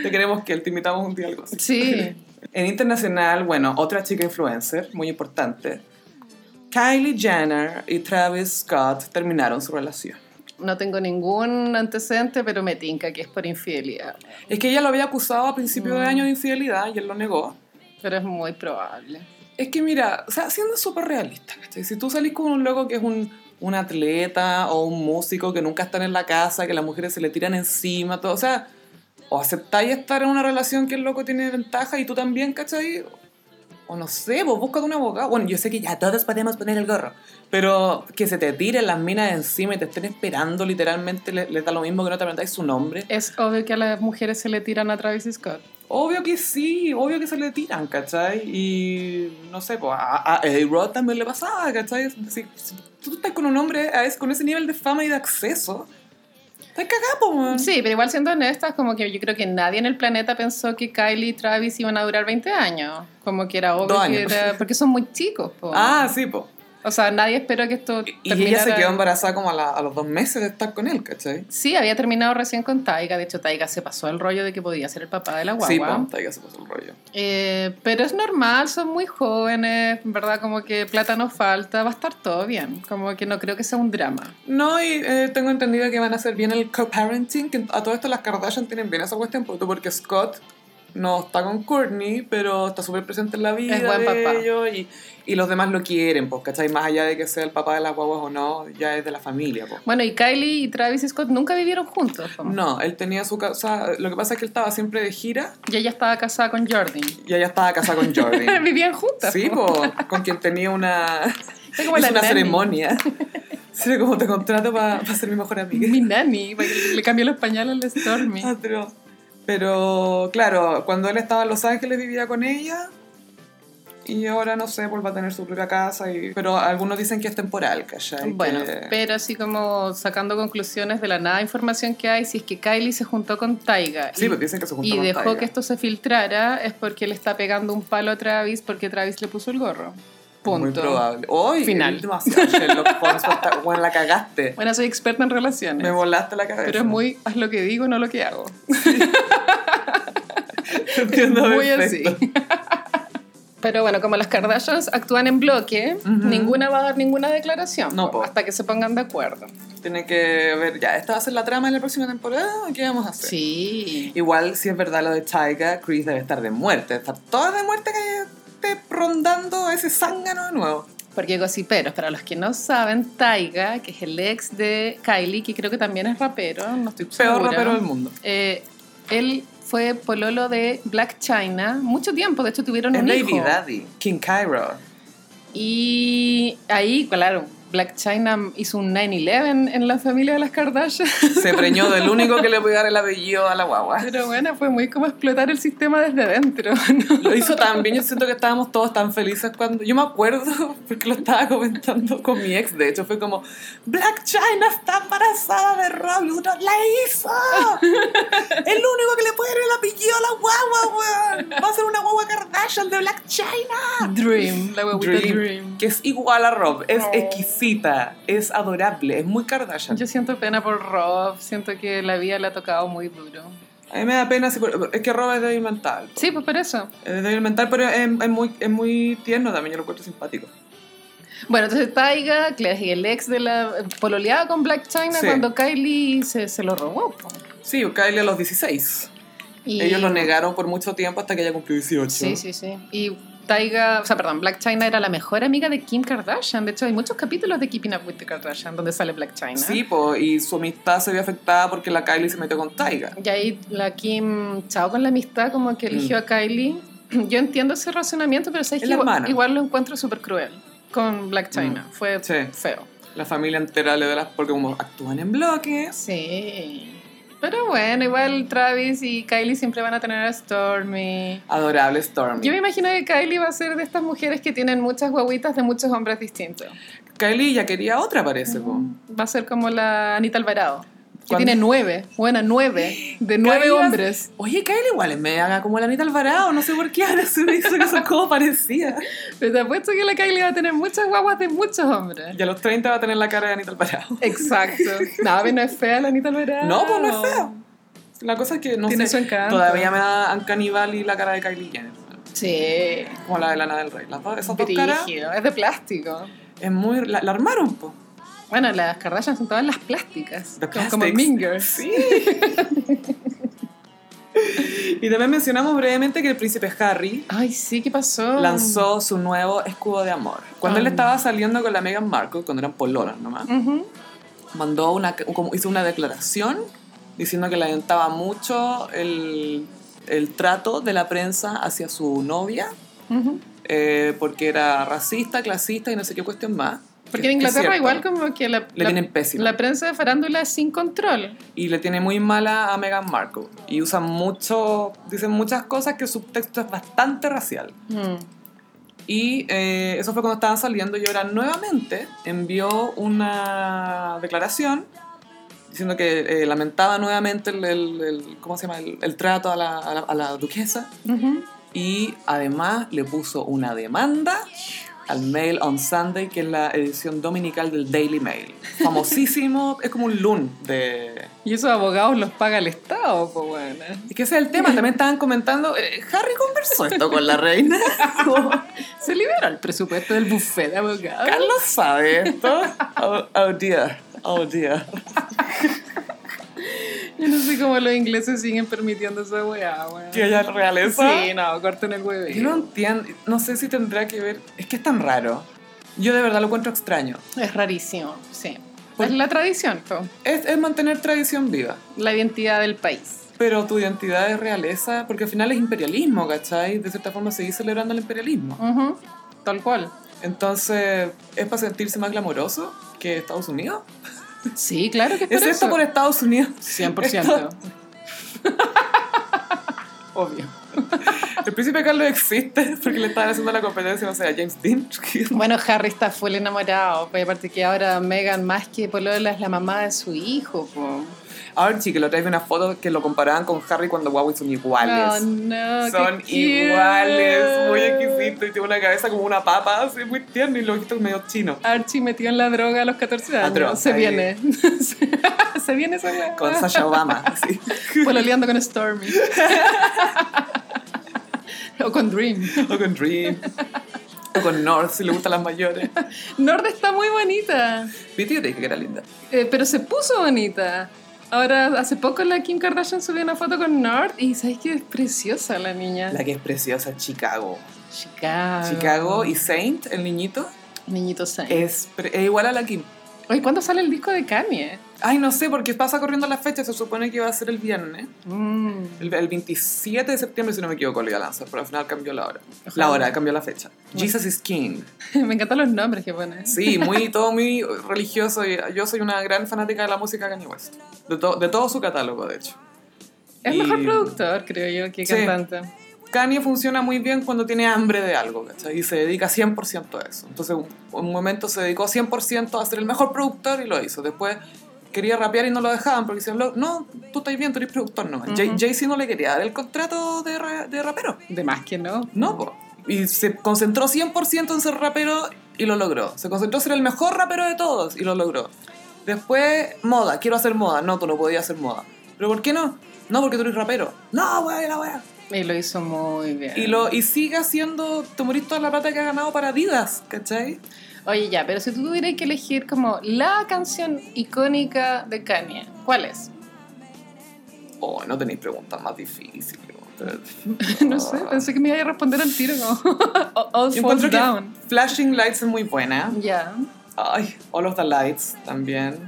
Speaker 1: te queremos que él, te invitamos un día algo así.
Speaker 2: Sí.
Speaker 1: En internacional, bueno, otra chica influencer muy importante, Kylie Jenner y Travis Scott terminaron su relación.
Speaker 2: No tengo ningún antecedente, pero me tinca que es por infidelidad.
Speaker 1: Es que ella lo había acusado a principio de año de infidelidad y él lo negó.
Speaker 2: Pero es muy probable.
Speaker 1: Es que mira, o sea, siendo súper realista, ¿cachai? Si tú salís con un loco que es un, un atleta o un músico que nunca están en la casa, que las mujeres se le tiran encima, todo, o sea, o aceptáis estar en una relación que el loco tiene ventaja y tú también, ¿cachai? O no sé, vos buscas un abogado. Bueno, yo sé que ya todos podemos poner el gorro, pero que se te tiren las minas encima y te estén esperando literalmente, le- les da lo mismo que no te aprendáis su nombre.
Speaker 2: Es obvio que a las mujeres se le tiran a Travis Scott.
Speaker 1: Obvio que sí, obvio que se le tiran, ¿cachai? Y no sé, pues a, a A-Rod también le pasaba, ¿cachai? Si, si tú estás con un hombre a ese- con ese nivel de fama y de acceso, estás cagado, po, weón.
Speaker 2: Sí, pero igual siendo honestas, como que yo creo que nadie en el planeta pensó que Kylie y Travis iban a durar 20 años. Como que era obvio
Speaker 1: Dos
Speaker 2: que
Speaker 1: años.
Speaker 2: era... Porque son muy chicos, po.
Speaker 1: Ah, sí, pues.
Speaker 2: O sea, nadie esperó que esto
Speaker 1: Y ella se
Speaker 2: terminara-
Speaker 1: quedó embarazada como a, la- a los dos meses de estar con él, ¿cachai?
Speaker 2: Sí, había terminado recién con Taiga. De hecho, Taiga se pasó el rollo de que podía ser el papá de la
Speaker 1: Sí,
Speaker 2: guagua.
Speaker 1: pues, hasta que se pasó el rollo.
Speaker 2: Eh, pero es normal, son muy jóvenes, en ¿verdad? Como que plata no falta, va a estar todo bien. Como que no creo que sea un drama.
Speaker 1: No, y eh, tengo entendido que van a hacer bien el co-parenting, que a todo esto las Kardashian tienen bien esa cuestión, porque- porque Scott no está con Courtney, pero está súper presente en la vida
Speaker 2: Es buen
Speaker 1: de
Speaker 2: papá.
Speaker 1: ellos y, y los demás lo quieren, pues, ¿cachai? Más allá de que sea el papá de las guaguas o no, ya es de la familia, pues.
Speaker 2: Bueno, y Kylie y Travis Scott nunca vivieron juntos. po.
Speaker 1: No, él tenía su casa, lo que pasa es que él estaba siempre de gira
Speaker 2: Y ella estaba casada con Jordan.
Speaker 1: y ella estaba casada con Jordan.
Speaker 2: Vivían juntas.
Speaker 1: Sí,
Speaker 2: po.
Speaker 1: po, con quien tenía una,
Speaker 2: Es como
Speaker 1: hizo
Speaker 2: la
Speaker 1: una
Speaker 2: nanny.
Speaker 1: ceremonia. Sí, como te contrato para ser mi mejor amiga.
Speaker 2: Mi nanny, para que le cambió los pañales a la Stormy.
Speaker 1: Atroz. Pero claro, cuando él estaba en Los Ángeles vivía con ella, Y ahora no sé, pues va a tener su propia casa. Y... Pero algunos dicen que es temporal, ¿cachai?
Speaker 2: Bueno,
Speaker 1: Que-
Speaker 2: pero así como sacando conclusiones de la nada información que hay, si es que Kylie se juntó con Taiga
Speaker 1: Sí,
Speaker 2: y,
Speaker 1: pues dicen que se juntó
Speaker 2: y
Speaker 1: con
Speaker 2: dejó
Speaker 1: Tyga.
Speaker 2: que esto se filtrara, es porque le está pegando un palo a Travis porque Travis le puso el gorro. Punto.
Speaker 1: Muy probable. Hoy,
Speaker 2: Final.
Speaker 1: demasiado Sherlock Holmes. está- Bueno, la cagaste.
Speaker 2: Bueno, soy experta en relaciones.
Speaker 1: Me volaste la cabeza.
Speaker 2: pero es muy, haz lo que digo, no lo que hago.
Speaker 1: Entiendo
Speaker 2: Muy
Speaker 1: perfecto.
Speaker 2: así. Pero bueno, como las Kardashians actúan en bloque,
Speaker 1: Ujú.
Speaker 2: ninguna va a dar ninguna declaración
Speaker 1: No,
Speaker 2: po,
Speaker 1: po.
Speaker 2: hasta que se pongan de acuerdo.
Speaker 1: Tiene que ver, ya, ¿esta va a ser la trama de la próxima temporada? ¿Qué vamos a hacer?
Speaker 2: Sí.
Speaker 1: Igual, si es verdad lo de Tyga, Chris debe estar de muerte. Estar toda de muerte que esté rondando ese zángano de nuevo.
Speaker 2: Porque gossiperos, para los que no saben, Taiga, que es el ex de Kylie, que creo que también es rapero, no estoy
Speaker 1: Peor
Speaker 2: segura.
Speaker 1: rapero del mundo.
Speaker 2: Eh, él fue pololo de Black China mucho tiempo, de hecho tuvieron
Speaker 1: es
Speaker 2: un
Speaker 1: Lady
Speaker 2: hijo.
Speaker 1: Daddy, King Cairo.
Speaker 2: Y ahí, claro, Black China hizo un 9-11 en la familia de las Kardashian.
Speaker 1: Se preñó del único que le puede dar el apellido a la guagua.
Speaker 2: Pero bueno, fue muy como explotar el sistema desde dentro.
Speaker 1: Lo hizo tan bien, yo siento que estábamos todos tan felices cuando... Yo me acuerdo, porque lo estaba comentando con mi ex, de hecho, fue como... Black China está embarazada de Rob, ¡No la hizo. El único que le puede dar el apellido a la guagua, weón. Va a ser una guagua Kardashian de Black China.
Speaker 2: Dream, la huevita Dream.
Speaker 1: Que es igual a Rob, es
Speaker 2: Oh.
Speaker 1: exquisita, es adorable, es muy Kardashian.
Speaker 2: Yo siento pena por Rob, siento que la vida le ha tocado muy duro.
Speaker 1: A mí me da pena, si por- es que Rob es débil mental.
Speaker 2: Sí, pues por eso.
Speaker 1: Es débil mental, pero es, es muy, es muy tierno también, yo lo encuentro simpático.
Speaker 2: Bueno, entonces Taiga, que es el ex de la pololeada con Black China
Speaker 1: Sí.
Speaker 2: cuando Kylie se, se lo robó. po.
Speaker 1: Sí, Kylie a los 16.
Speaker 2: Y-
Speaker 1: Ellos lo negaron por mucho tiempo hasta que ella cumplió 18.
Speaker 2: Sí, sí, sí. Y Taiga, o sea, perdón, Black China era la mejor amiga de Kim Kardashian. De hecho, hay muchos capítulos de Keeping Up with the Kardashian donde sale Black China.
Speaker 1: Sí, po, y su amistad se vio afectada porque la Kylie se metió con Tyga.
Speaker 2: Y ahí la Kim, chao con la amistad, como que eligió a Kylie. Yo entiendo ese razonamiento, pero sabes
Speaker 1: Mm. Es
Speaker 2: que
Speaker 1: la
Speaker 2: igual,
Speaker 1: hermana. Mm.
Speaker 2: igual lo encuentro súper cruel con Black China. Fue
Speaker 1: Sí.
Speaker 2: feo.
Speaker 1: La familia entera le da las... Porque como actúan en bloques...
Speaker 2: Sí. Pero bueno, igual Travis y Kylie siempre van a tener a Stormy.
Speaker 1: Adorable Stormy.
Speaker 2: Yo me imagino que Kylie va a ser de estas mujeres que tienen muchas guaguitas de muchos hombres distintos.
Speaker 1: Kylie ya quería otra, parece. po.
Speaker 2: Va a ser como la Anita Alvarado, que
Speaker 1: ¿Cuándo?
Speaker 2: tiene nueve, bueno, nueve, de nueve
Speaker 1: Kylie va a-
Speaker 2: hombres.
Speaker 1: Oye, Kylie igual es media como la Anita Alvarado. No sé por qué ahora se me hizo que eso como parecía.
Speaker 2: Pero te apuesto que la Kylie va a tener muchas guaguas de muchos hombres.
Speaker 1: Y a los 30 va a tener la cara de Anita Alvarado.
Speaker 2: Exacto. No, pero no es fea la Anita Alvarado.
Speaker 1: No, pues no es fea. La cosa es que no
Speaker 2: Tiene
Speaker 1: sé,
Speaker 2: su encanto.
Speaker 1: Todavía me da Uncanny Valley la cara de Kylie Jenner.
Speaker 2: Sí.
Speaker 1: Como la de Lana del Rey. Las dos, esas dos caras
Speaker 2: Brígido, es de plástico.
Speaker 1: es muy... La, la armaron, po.
Speaker 2: Bueno, las Kardashian son todas las plásticas.
Speaker 1: The
Speaker 2: como- como
Speaker 1: plastics.
Speaker 2: Mingers.
Speaker 1: Sí. y también mencionamos brevemente que el príncipe Harry
Speaker 2: Ay, sí, ¿qué pasó?
Speaker 1: lanzó su nuevo escudo de amor. Cuando él
Speaker 2: Ah.
Speaker 1: estaba saliendo con la Meghan Markle, cuando eran pololas nomás,
Speaker 2: Ujú. Mm.
Speaker 1: mandó una, como hizo una declaración diciendo que le lamentaba mucho el, el trato de la prensa hacia su novia,
Speaker 2: Ujú.
Speaker 1: eh, porque era racista, clasista y no sé qué cuestión más.
Speaker 2: Porque
Speaker 1: Que-
Speaker 2: en
Speaker 1: que es
Speaker 2: Inglaterra
Speaker 1: cierto.
Speaker 2: igual como que la,
Speaker 1: Le
Speaker 2: la-
Speaker 1: tienen pésima.
Speaker 2: la prensa de farándula es sin control.
Speaker 1: y le tiene muy mala a Meghan Markle. Y usan mucho, dicen muchas cosas que el subtexto es bastante racial.
Speaker 2: Mm.
Speaker 1: Y eh, eso fue cuando estaban saliendo y ahora nuevamente envió una declaración diciendo que eh, lamentaba nuevamente el, el- el- ¿cómo se llama? el, el trato a la, a la- a la duquesa
Speaker 2: Ujú.
Speaker 1: y además le puso una demanda al Mail on Sunday, que es la edición dominical del Daily Mail. Famosísimo, es como un loon de,
Speaker 2: Y esos abogados los paga el Estado, pues bueno.
Speaker 1: Es que ese es el tema, también estaban comentando, eh, Harry conversó esto con la reina. Como,
Speaker 2: Se libera el presupuesto del buffet de abogados.
Speaker 1: Carlos sabe esto. Oh, oh dear, oh dear.
Speaker 2: Yo no sé cómo los ingleses siguen permitiendo esa weá, weón.
Speaker 1: Que ella es realeza.
Speaker 2: Sí, no, corten el
Speaker 1: Yo no
Speaker 2: huevito.
Speaker 1: entiendo, no sé si tendrá que ver, es que es tan raro. Yo de verdad lo encuentro extraño.
Speaker 2: Es rarísimo, sí.
Speaker 1: Por-
Speaker 2: Es la tradición, po.
Speaker 1: Es, es mantener tradición viva,
Speaker 2: la identidad del país.
Speaker 1: pero tu identidad es realeza, porque al final es imperialismo, ¿cachai? De cierta forma seguir celebrando el imperialismo.
Speaker 2: Ujú, Tal cual.
Speaker 1: Entonces, ¿es para sentirse más glamoroso que Estados Unidos?
Speaker 2: Sí, claro que es,
Speaker 1: ¿Es
Speaker 2: por
Speaker 1: esto
Speaker 2: eso.
Speaker 1: por Estados Unidos?
Speaker 2: 100%. Obvio.
Speaker 1: El príncipe Carlos existe porque le estaban haciendo la competencia, no sé, a James Dean.
Speaker 2: Bueno, Harry está full enamorado, pues aparte que ahora Meghan más que Polola es la mamá de su hijo. po.
Speaker 1: Ahora sí, que lo traes una foto que lo comparaban con Harry cuando Huawei son
Speaker 2: Oh,
Speaker 1: iguales.
Speaker 2: no, qué
Speaker 1: son
Speaker 2: cute.
Speaker 1: iguales, muy exquisito y tiene una cabeza como una papa, así muy tierno y los ojitos medio chinos.
Speaker 2: Archie metió en la droga a los 14 años.
Speaker 1: Atroz,
Speaker 2: se
Speaker 1: ahí.
Speaker 2: viene. se viene esa weá.
Speaker 1: Con Sasha Obama, así.
Speaker 2: Pololeando Pues con Stormy. o con Dream.
Speaker 1: O con Dream. O con North, si le gustan las mayores.
Speaker 2: Norda está muy bonita.
Speaker 1: ¿Viste? Yo te dije que era linda.
Speaker 2: Eh, pero se puso bonita. Ahora, hace poco la Kim Kardashian subió una foto con North y sabes que es preciosa la niña.
Speaker 1: La que es preciosa, Chicago.
Speaker 2: Chicago.
Speaker 1: Chicago Eh. y Saint, el niñito,
Speaker 2: Niñito Saint.
Speaker 1: es, pre- es igual a la Kim.
Speaker 2: Oye, ¿cuándo sale el disco de Kanye?
Speaker 1: Ay, no sé, porque pasa corriendo la fecha, se supone que iba a ser el viernes.
Speaker 2: Mm,
Speaker 1: El, el 27 de septiembre, si no me equivoco, lo iba a lanzar, pero al final cambió la hora.
Speaker 2: Ojalá.
Speaker 1: La hora, cambió la fecha. Jesus is King.
Speaker 2: Me encantan los nombres que ponen.
Speaker 1: Sí, muy, todo muy religioso. y Yo soy una gran fanática de la música de Kanye West. De, to- de todo su catálogo, de hecho.
Speaker 2: Es
Speaker 1: Y-
Speaker 2: mejor productor, creo yo, que
Speaker 1: Sí.
Speaker 2: cantante.
Speaker 1: Kanye funciona muy bien cuando tiene hambre de algo, ¿cachai? Y se dedica 100% a eso. Entonces, un, un momento se dedicó 100% a ser el mejor productor y lo hizo. Después quería rapear y no lo dejaban porque decían, "Lo- no, tú estás bien, tú eres productor nomás. Jay- Jay-Z no le quería dar el contrato de, ra- de rapero.
Speaker 2: De más que no.
Speaker 1: No, po. Y se concentró 100% en ser rapero y lo logró. Se concentró en ser el mejor rapero de todos y lo logró. Después, moda, quiero hacer moda. No, tú no podías hacer moda. ¿Pero por qué no? No, porque tú eres rapero. No, weá, la weá.
Speaker 2: Y lo hizo muy bien.
Speaker 1: Y, lo, y sigue haciendo, te morís toda la plata que ha ganado para Adidas, ¿cachai?
Speaker 2: Oye, ya, pero si tú tuvieras que elegir como la canción icónica de Kanye, ¿cuál es?
Speaker 1: Oh, no tenéis preguntas más difíciles. weón.
Speaker 2: No sé, pensé que me iba a responder al tiro como All- All
Speaker 1: Oh. Yo
Speaker 2: Falls
Speaker 1: encuentro que
Speaker 2: Down.
Speaker 1: Flashing Lights es muy buena.
Speaker 2: Ya.
Speaker 1: Ay, All of the Lights también.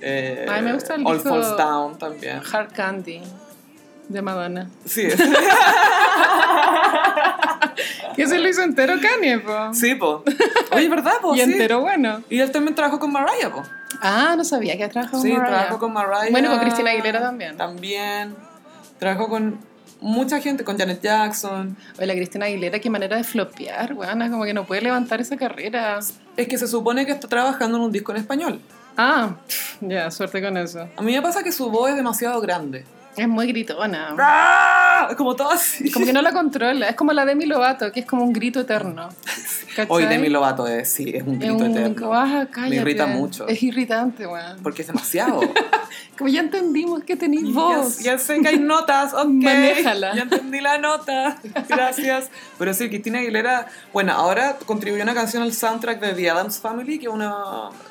Speaker 1: Eh,
Speaker 2: Ay, me gusta el
Speaker 1: All
Speaker 2: disco-
Speaker 1: Falls Down también.
Speaker 2: Hard Candy de Madonna.
Speaker 1: Sí, es.
Speaker 2: Que se lo hizo entero Kanye, po.
Speaker 1: Sí, po. Oye, ¿verdad, po?
Speaker 2: y
Speaker 1: Sí.
Speaker 2: entero bueno.
Speaker 1: Y él también trabajó con Mariah, po.
Speaker 2: Ah, no sabía que trabajado
Speaker 1: sí,
Speaker 2: con Mariah.
Speaker 1: trabajó con Mariah.
Speaker 2: Bueno, con Cristina Aguilera también.
Speaker 1: También. Trabajó con mucha gente, con Janet Jackson.
Speaker 2: Oye, la Cristina Aguilera, qué manera de flopear, weona. Como que no puede levantar esa carrera.
Speaker 1: Es que se supone que está trabajando en un disco en español.
Speaker 2: Ah, pf, ya, suerte con eso.
Speaker 1: A mí me pasa que su voz es demasiado grande.
Speaker 2: Es muy gritona.
Speaker 1: ¡Ah! Como todo así.
Speaker 2: Como que no la controla. Es como la Demi Lovato, que es como un grito eterno. ¿Cachai?
Speaker 1: Hoy Demi Lovato es, sí, es un
Speaker 2: Es
Speaker 1: grito
Speaker 2: un-
Speaker 1: eterno.
Speaker 2: ah, cállate.
Speaker 1: irrita mucho.
Speaker 2: Es irritante, weón.
Speaker 1: Porque es demasiado.
Speaker 2: Como ya entendimos que tenéis
Speaker 1: Vos.
Speaker 2: voz.
Speaker 1: Ya, sé que hay notas, ok.
Speaker 2: Manéjala.
Speaker 1: Ya entendí la nota. Gracias. Pero sí, Cristina Aguilera, bueno, ahora contribuyó una canción al soundtrack de The Adams Family, que es una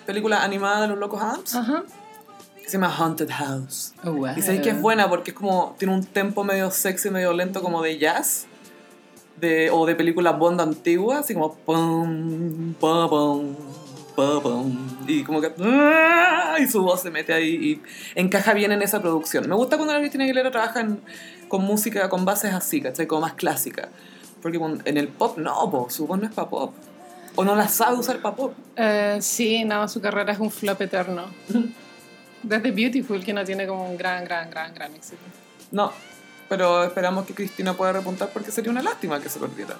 Speaker 1: película animada de los locos Adams,
Speaker 2: Ajá. Eh,
Speaker 1: que se llama Haunted House.
Speaker 2: Wow.
Speaker 1: Y sabéis que es buena porque es como, tiene un tempo medio sexy, medio lento, como de jazz. De, o de película Bond antigua, así como pum, pa, pum, pa, pum, y como que ¡ah! y su voz se mete ahí y encaja bien en esa producción. Me gusta cuando la Cristina Aguilera trabaja en- con música, con bases así, ¿cachai? Como más clásica. Porque con- en el pop no, po, su voz no es para pop. O no la sabe usar para pop.
Speaker 2: Eh, sí, no, su carrera es un flop eterno. Desde Beautiful, que no tiene como un gran, gran, gran, gran éxito.
Speaker 1: No. Pero esperamos que Cristina pueda repuntar porque sería una lástima que se perdiera.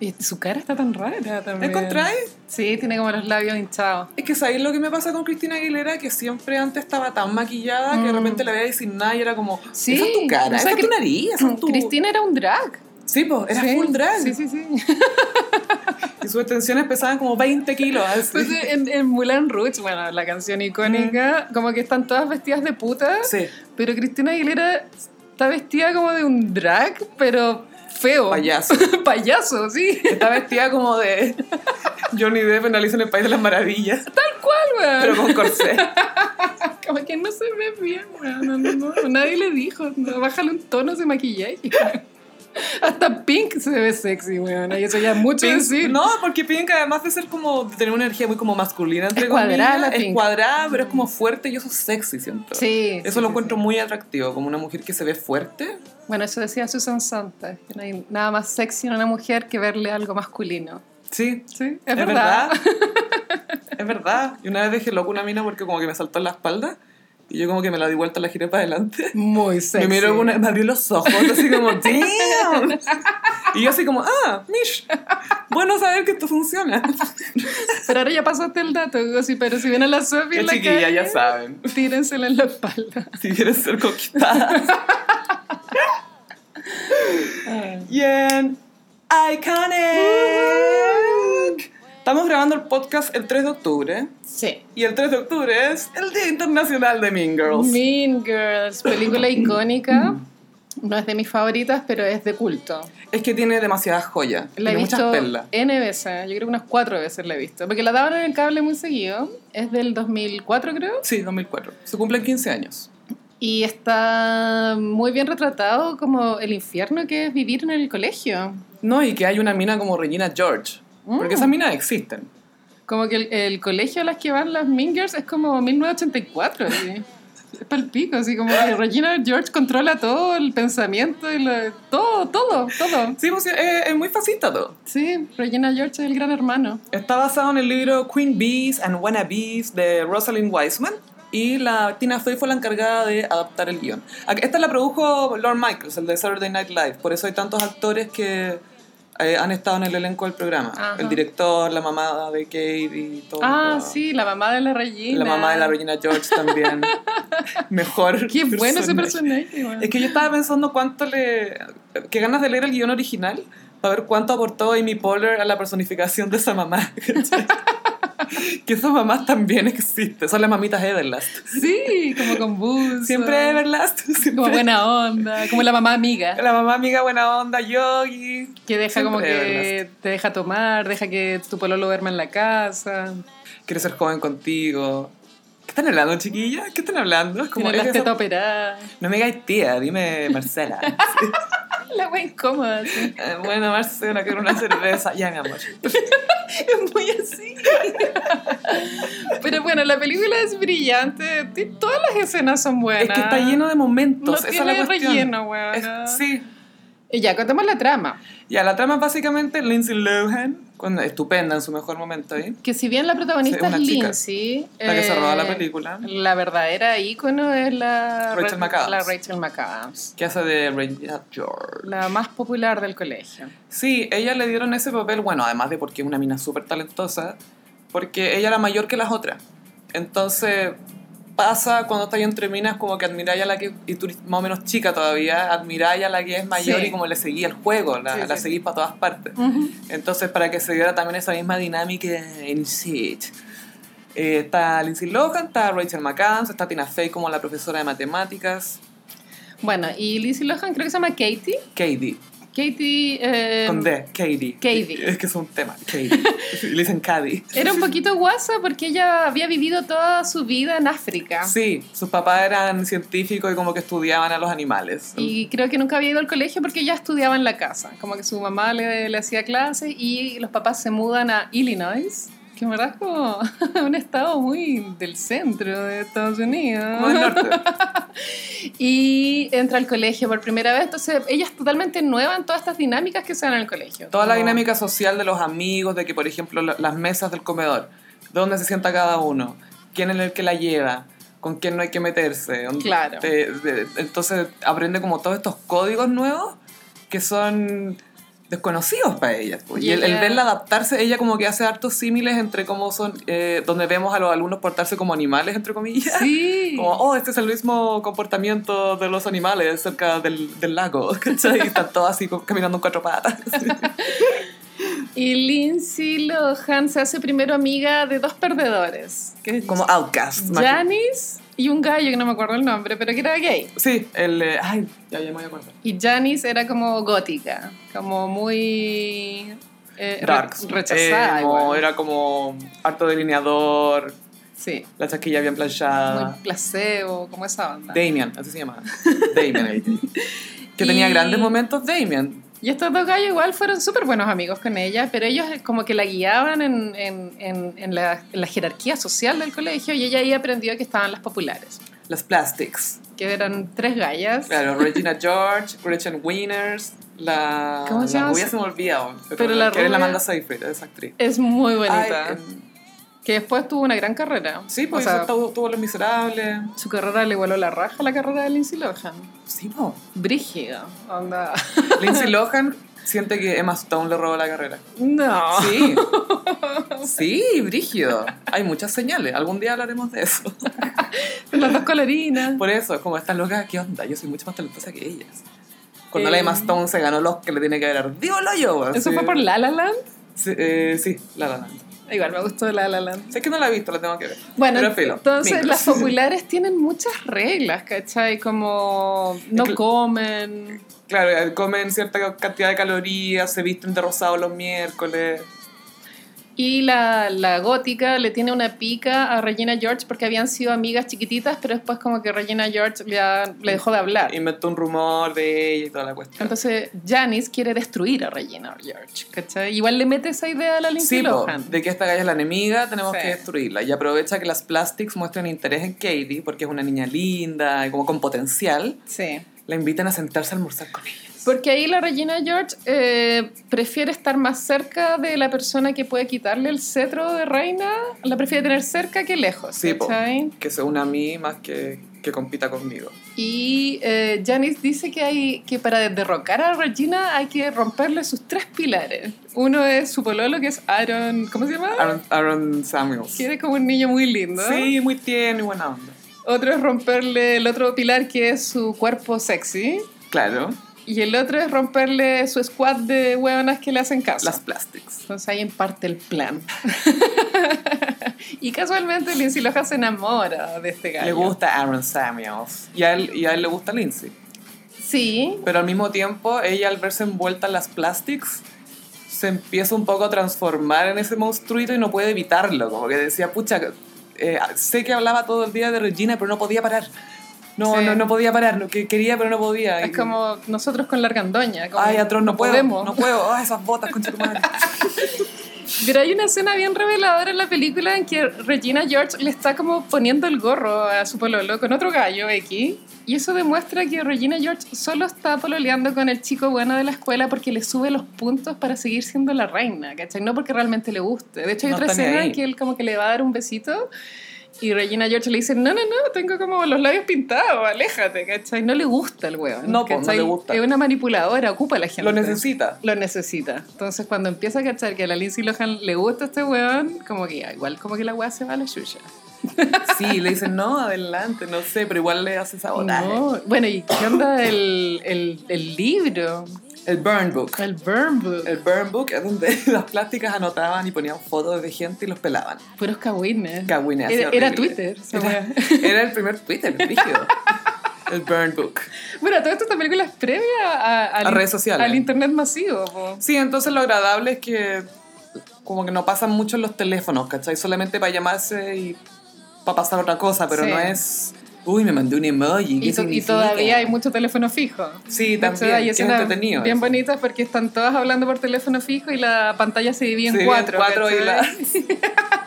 Speaker 2: Y su cara está tan rara también.
Speaker 1: ¿Encontráis?
Speaker 2: Sí, tiene como los labios hinchados.
Speaker 1: Es que sabéis lo que me pasa con Cristina Aguilera, que siempre antes estaba tan maquillada que de
Speaker 2: Mm.
Speaker 1: repente la veía y sin nada y era como,
Speaker 2: Sí,
Speaker 1: esa es tu cara,
Speaker 2: o sea,
Speaker 1: esa es tu
Speaker 2: Cri-
Speaker 1: nariz, esa es tu...
Speaker 2: Cristina era un drag.
Speaker 1: Sí, pues, era
Speaker 2: Sí,
Speaker 1: full drag.
Speaker 2: Sí, sí, sí.
Speaker 1: Y sus extensiones pesaban como 20 kilos. así.
Speaker 2: Pues en, en Moulin Rouge, bueno, la canción icónica,
Speaker 1: Mm.
Speaker 2: como que están todas vestidas de puta,
Speaker 1: Sí,
Speaker 2: pero Cristina Aguilera está vestida como de un drag, pero feo.
Speaker 1: payaso.
Speaker 2: Payaso, sí.
Speaker 1: Está vestida como de Johnny Depp en Alicia en el País de las Maravillas,
Speaker 2: ¿Cuál, weón?
Speaker 1: pero con corsé.
Speaker 2: Como que no se ve bien, weón. No, no, no. Nadie le dijo, no, bájale un tono de maquillaje. Hasta Pink se ve sexy, weón. Y eso ya es mucho
Speaker 1: Pink-
Speaker 2: decir.
Speaker 1: No, porque Pink además de ser como, de tener una energía muy como masculina, entre
Speaker 2: Es cuadrada
Speaker 1: comillas,
Speaker 2: la
Speaker 1: es
Speaker 2: Pink. Mm.
Speaker 1: cuadrada, pero es como fuerte y eso es sexy, siento.
Speaker 2: Sí.
Speaker 1: Eso
Speaker 2: sí,
Speaker 1: lo
Speaker 2: sí,
Speaker 1: encuentro
Speaker 2: sí.
Speaker 1: muy atractivo, como una mujer que se ve fuerte,
Speaker 2: Bueno, eso decía Susan Sontag, que no hay nada más sexy en una mujer que verle algo masculino.
Speaker 1: Sí,
Speaker 2: Sí, es,
Speaker 1: es,
Speaker 2: verdad.
Speaker 1: verdad. es verdad. Y una vez dejé loco una mina porque como que me saltó en la espalda Y yo como que me la di vuelta la giré para adelante.
Speaker 2: Muy sexy.
Speaker 1: Me miró una, me abrió los ojos, así como, damn. Y yo así como, ah, Mish, bueno saber que esto funciona.
Speaker 2: Pero ahora ya pasaste el dato, Gossi, pero si viene la Sophie en
Speaker 1: Es
Speaker 2: la
Speaker 1: chiquilla,
Speaker 2: calle,
Speaker 1: ya saben.
Speaker 2: tírensela en la espalda.
Speaker 1: Si quieres ser conquistada. Y en Iconic. Estamos grabando el podcast el 3 de octubre.
Speaker 2: Sí.
Speaker 1: Y el 3 de octubre es el Día Internacional de Mean Girls.
Speaker 2: Mean Girls, película icónica. No es de mis favoritas, pero es de culto.
Speaker 1: Es que tiene demasiadas joyas.
Speaker 2: La he
Speaker 1: tiene
Speaker 2: visto
Speaker 1: muchas perlas.
Speaker 2: N veces, yo creo que unas cuatro veces la he visto. Porque la daban en el cable muy seguido. Es del 2004, creo.
Speaker 1: Sí, 2004. Se cumplen 15 años.
Speaker 2: Y está muy bien retratado como el infierno que es vivir en el colegio.
Speaker 1: No, y que hay una mina como Regina George. Porque
Speaker 2: Mm.
Speaker 1: esas minas existen.
Speaker 2: Como que el, el colegio a las que van las Mingers es como 1984, así. Es palpico, así como que Regina George controla todo el pensamiento y lo- todo, todo, todo.
Speaker 1: Sí, pues, es, es muy fascista todo.
Speaker 2: Sí, Regina George es el gran hermano.
Speaker 1: Está basado en el libro Queen Bees and Wannabes de Rosalind Wiseman. Y la Tina Fey fue la encargada de adaptar el guión. A- Esta la produjo Lorne Michaels, el de Saturday Night Live. Por eso hay tantos actores que eh, han estado en el elenco del programa.
Speaker 2: Ajá.
Speaker 1: El director, la mamá de Kate y todo.
Speaker 2: Ah,
Speaker 1: lo-
Speaker 2: sí, la mamá de la Regina.
Speaker 1: Oh, La mamá de la Regina George también. Mejor.
Speaker 2: Qué bueno ese
Speaker 1: personaje.
Speaker 2: personaje. weón.
Speaker 1: Es que yo estaba pensando cuánto le. Qué ganas de leer el guión original para ver cuánto aportó Amy Poehler a la personificación de esa mamá. ¿cachai? que esas mamás también existen. Son las mamitas Everlast.
Speaker 2: Sí, como con bus.
Speaker 1: Siempre Everlast.
Speaker 2: Como
Speaker 1: Siempre
Speaker 2: buena onda, como la mamá amiga.
Speaker 1: La mamá amiga buena onda, yogi.
Speaker 2: Que deja como
Speaker 1: Siempre
Speaker 2: que te deja tomar, deja que tu pololo duerma en la casa.
Speaker 1: Quiere ser joven contigo. ¿Qué están hablando, chiquilla? ¿Qué están hablando? Es como,
Speaker 2: Tiene las
Speaker 1: es que
Speaker 2: tetas
Speaker 1: son-
Speaker 2: operadas.
Speaker 1: No me digas tía, dime Marcela.
Speaker 2: La wea incómoda. así.
Speaker 1: Eh, bueno, Marcela, quiero una cerveza. Ya, mi amor.
Speaker 2: Es muy así. Pero bueno, la película es brillante. Ti- Todas las escenas son buenas.
Speaker 1: Es que está lleno de
Speaker 2: No
Speaker 1: momentos. esa es la
Speaker 2: tiene
Speaker 1: cuestión.
Speaker 2: relleno, weón.
Speaker 1: Es- sí.
Speaker 2: Y ya, contemos la trama.
Speaker 1: Ya, la trama es básicamente Lindsay Lohan, cuando, estupenda en su mejor momento ahí.
Speaker 2: Que si bien la protagonista
Speaker 1: Sí, una
Speaker 2: es
Speaker 1: chica.
Speaker 2: Lindsay,
Speaker 1: La que se roba la
Speaker 2: eh,
Speaker 1: película.
Speaker 2: La verdadera ícono es la
Speaker 1: Rachel McAdams.
Speaker 2: La Rachel McAdams,
Speaker 1: Que hace de Regina George.
Speaker 2: la más popular del colegio.
Speaker 1: Sí, ella le dieron ese papel, bueno, además de porque es una mina súper talentosa, porque ella era mayor que las otras. Entonces, pasa cuando estás entre minas como que admiráis a la que, y tú eres más o menos chica todavía, admiráis a la que es mayor
Speaker 2: Sí.
Speaker 1: y como le seguí el juego, la,
Speaker 2: Sí,
Speaker 1: la
Speaker 2: sí.
Speaker 1: seguís para todas partes. Entonces, para que se diera también esa misma dinámica en Shit. Eh, está Lindsay Lohan, está Rachel McAdams, está Tina Fey como la profesora de matemáticas,
Speaker 2: Bueno, y Lindsay Lohan creo que se llama Katie.
Speaker 1: Katie,
Speaker 2: Katie eh,
Speaker 1: con D, Katie.
Speaker 2: Katie.
Speaker 1: Es que es un tema, Katie. Le dicen Cady.
Speaker 2: era un poquito guasa porque ella había vivido toda su vida en África.
Speaker 1: Sí, sus papás eran científicos y como que estudiaban a los animales.
Speaker 2: Y creo que nunca había ido al colegio porque ella estudiaba en la casa. Como que su mamá le, le hacía clases y los papás se mudan a Illinois, que en verdad es como un estado muy del centro de Estados Unidos.
Speaker 1: Como del norte.
Speaker 2: Y entra al colegio por primera vez. Entonces, ella es totalmente nueva en todas estas dinámicas que se dan en el colegio.
Speaker 1: Toda la
Speaker 2: Como-
Speaker 1: dinámica social de los amigos, de que, por ejemplo, la- las mesas del comedor, dónde se sienta cada uno, quién es el que la lleva, con quién no hay que meterse. dónde-
Speaker 2: Claro.
Speaker 1: te- de- entonces aprende como todos estos códigos nuevos que son desconocidos para ellas. pues. Y,
Speaker 2: Y
Speaker 1: el, el
Speaker 2: ella-
Speaker 1: verla adaptarse, ella como que hace hartos símiles entre cómo son, eh, donde vemos a los alumnos portarse como animales, entre comillas.
Speaker 2: Sí.
Speaker 1: Como, oh, este es el mismo comportamiento de los animales cerca del, del lago, ¿cachai? Y están todos así co- caminando en cuatro patas.
Speaker 2: Y Lindsay Lohan se hace primero amiga de dos perdedores. Que es
Speaker 1: Como outcast. imagínate.
Speaker 2: Janice y un gallo que no me acuerdo el nombre, pero que era gay.
Speaker 1: Sí, el... eh, ay, ya, ya me voy a acordar.
Speaker 2: Y Janice era como gótica, como muy... eh, re-
Speaker 1: Darks.
Speaker 2: Rechazada.
Speaker 1: Eh, como-
Speaker 2: igual.
Speaker 1: era como harto delineador,
Speaker 2: Sí,
Speaker 1: la chaquilla bien
Speaker 2: muy
Speaker 1: planchada.
Speaker 2: placebo, como esa onda.
Speaker 1: Damien, así se llama. Damien. el- que
Speaker 2: Y-
Speaker 1: tenía grandes momentos, Damien.
Speaker 2: Y estos dos gallos igual fueron súper buenos amigos con ella, pero ellos como que la guiaban en, en- en- en la, en la jerarquía social del colegio y ella ahí aprendió que estaban las populares,
Speaker 1: Las plastics.
Speaker 2: que eran tres gallas.
Speaker 1: Claro, Regina George, Gretchen Wieners, la...
Speaker 2: ¿Cómo se
Speaker 1: la
Speaker 2: llama?
Speaker 1: rubia se me olvida.
Speaker 2: Pero la
Speaker 1: que es la
Speaker 2: rubia-
Speaker 1: Amanda Seyfried, esa actriz.
Speaker 2: Es muy bonita.
Speaker 1: Ay, em,
Speaker 2: Que después tuvo una gran carrera.
Speaker 1: Sí,
Speaker 2: eh, pues
Speaker 1: pues hizo- tuvo, tuvo Los Miserables.
Speaker 2: su carrera le igualó la raja a la carrera de Lindsay Lohan.
Speaker 1: Sí, po.
Speaker 2: Brígida. Onda.
Speaker 1: Lindsay Lohan siente que Emma Stone le robó la carrera.
Speaker 2: No.
Speaker 1: Sí. Sí, brígido. Hay muchas señales. Algún día hablaremos de eso.
Speaker 2: Las dos colorinas.
Speaker 1: Por eso, es como estas locas, ¿qué onda? Yo soy mucho más talentosa que ellas. Cuando la
Speaker 2: Eh.
Speaker 1: Emma Stone se ganó los que le tiene que haber ardido el hoyo. weón.
Speaker 2: Eso
Speaker 1: Sí.
Speaker 2: fue por La La Land.
Speaker 1: Sí, eh, sí, la la Land.
Speaker 2: Igual me gustó La La Land.
Speaker 1: Sé que no la he visto, la tengo que ver.
Speaker 2: Bueno,
Speaker 1: Pero filo,
Speaker 2: entonces
Speaker 1: micros.
Speaker 2: las populares tienen muchas reglas, ¿cachai? Como no
Speaker 1: Inclu-
Speaker 2: comen.
Speaker 1: Claro, eh, comen cierta cantidad de calorías, se visten de rosado los miércoles.
Speaker 2: Y la, la gótica le tiene una pica a Regina George porque habían sido amigas chiquititas, pero después como que Regina George le, ha- le dejó de hablar.
Speaker 1: Inventó un rumor de ella y toda la cuestión.
Speaker 2: Entonces Janice quiere destruir a Regina George, ¿cachai? Igual le mete esa idea a la Lindsay
Speaker 1: Sí, po,
Speaker 2: Lohan.
Speaker 1: de que esta galla es la enemiga, tenemos
Speaker 2: Sí.
Speaker 1: que destruirla. Y aprovecha que las plastics muestran interés en Katie, porque es una niña linda y como con potencial.
Speaker 2: Sí.
Speaker 1: La invitan a sentarse a almorzar con ellas.
Speaker 2: Porque ahí la Regina George eh, prefiere estar más cerca de la persona que puede quitarle el cetro de reina, la prefiere tener cerca que lejos.
Speaker 1: Sí, po.
Speaker 2: ¿cachai?
Speaker 1: Que se una a mí más que que compita conmigo.
Speaker 2: Y eh, Janice dice que, hay, que para derrocar a Regina hay que romperle sus tres pilares. Uno es su pololo, que es Aaron, ¿cómo se llama?
Speaker 1: Aaron, Aaron Samuels.
Speaker 2: Que era como un niño muy lindo.
Speaker 1: Sí, muy tierno y buena onda.
Speaker 2: Otro es romperle el otro pilar, que es su cuerpo sexy.
Speaker 1: Claro,
Speaker 2: Y el otro es romperle su squad de hueonas que le hacen caso.
Speaker 1: las plastics.
Speaker 2: Entonces ahí en parte el plan. y casualmente Lindsay Lohan se enamora de este gallo.
Speaker 1: Le gusta Aaron Samuels. Y a él, y a él le gusta Lindsay.
Speaker 2: Sí.
Speaker 1: Pero al mismo tiempo, ella al verse envuelta en las plastics, se empieza un poco a transformar en ese monstruito y no puede evitarlo. Como que decía, pucha, eh, sé que hablaba todo el día de Regina, pero no podía parar. No,
Speaker 2: Sí.
Speaker 1: no, no podía parar. No, que quería, pero no podía. Y-
Speaker 2: Es como nosotros con la argandoña. como
Speaker 1: Ay, atroz, no puedo,
Speaker 2: podemos.
Speaker 1: no puedo. Ah, esas botas, concha tu madre.
Speaker 2: Pero hay una escena bien reveladora en la película en que Regina George le está como poniendo el gorro a su pololo con otro gallo X. Y eso demuestra que Regina George solo está pololeando con el chico bueno de la escuela porque le sube los puntos para seguir siendo la reina, ¿cachai? No porque realmente le guste. De hecho, hay
Speaker 1: No
Speaker 2: otra
Speaker 1: está ni
Speaker 2: escena
Speaker 1: ahí.
Speaker 2: en que él como que le va a dar un besito y Regina George le dice, no, no, no, tengo como los labios pintados, aléjate, ¿cachai? No le gusta el hueón.
Speaker 1: No, po, no
Speaker 2: ¿cachai?
Speaker 1: le gusta.
Speaker 2: Es una manipuladora, ocupa a la gente
Speaker 1: Lo necesita.
Speaker 2: lo necesita. Entonces, cuando empieza a cachar que a la Lindsay Lohan le gusta este weón, como que ya, igual como que la weá se va a la suya.
Speaker 1: Sí, le dicen, no, adelante, no sé, pero igual le hace sabotaje.
Speaker 2: No. Bueno, ¿y qué onda el, el, el libro?
Speaker 1: El burn book.
Speaker 2: El burn book.
Speaker 1: El burn book es donde las plásticas anotaban y ponían fotos de gente y los pelaban.
Speaker 2: Puros cagüines.
Speaker 1: Cagüines,
Speaker 2: Era,
Speaker 1: así
Speaker 2: era
Speaker 1: horrible.
Speaker 2: Twitter. esa
Speaker 1: Era,
Speaker 2: weá.
Speaker 1: era el primer Twitter, rígido. El burn book.
Speaker 2: Bueno, todo esto esta película es previa a, al
Speaker 1: A
Speaker 2: in-
Speaker 1: redes sociales.
Speaker 2: Al internet masivo. po.
Speaker 1: Sí, entonces lo agradable es que como que no pasan mucho en los teléfonos, ¿cachai? Solamente para llamarse y para pasar otra cosa, pero
Speaker 2: Sí.
Speaker 1: no es... Uy, me mandó un emoji. ¿qué
Speaker 2: Y, to- y
Speaker 1: significa?"
Speaker 2: todavía hay mucho teléfono fijo.
Speaker 1: Sí,
Speaker 2: ¿Cachai?
Speaker 1: también.
Speaker 2: Hay
Speaker 1: Qué
Speaker 2: escenas
Speaker 1: entretenido.
Speaker 2: bien
Speaker 1: eso.
Speaker 2: bonitas porque están todas hablando por teléfono fijo y la pantalla se divide en
Speaker 1: Sí, bien
Speaker 2: cuatro.
Speaker 1: cuatro y
Speaker 2: ¿cachai?
Speaker 1: la-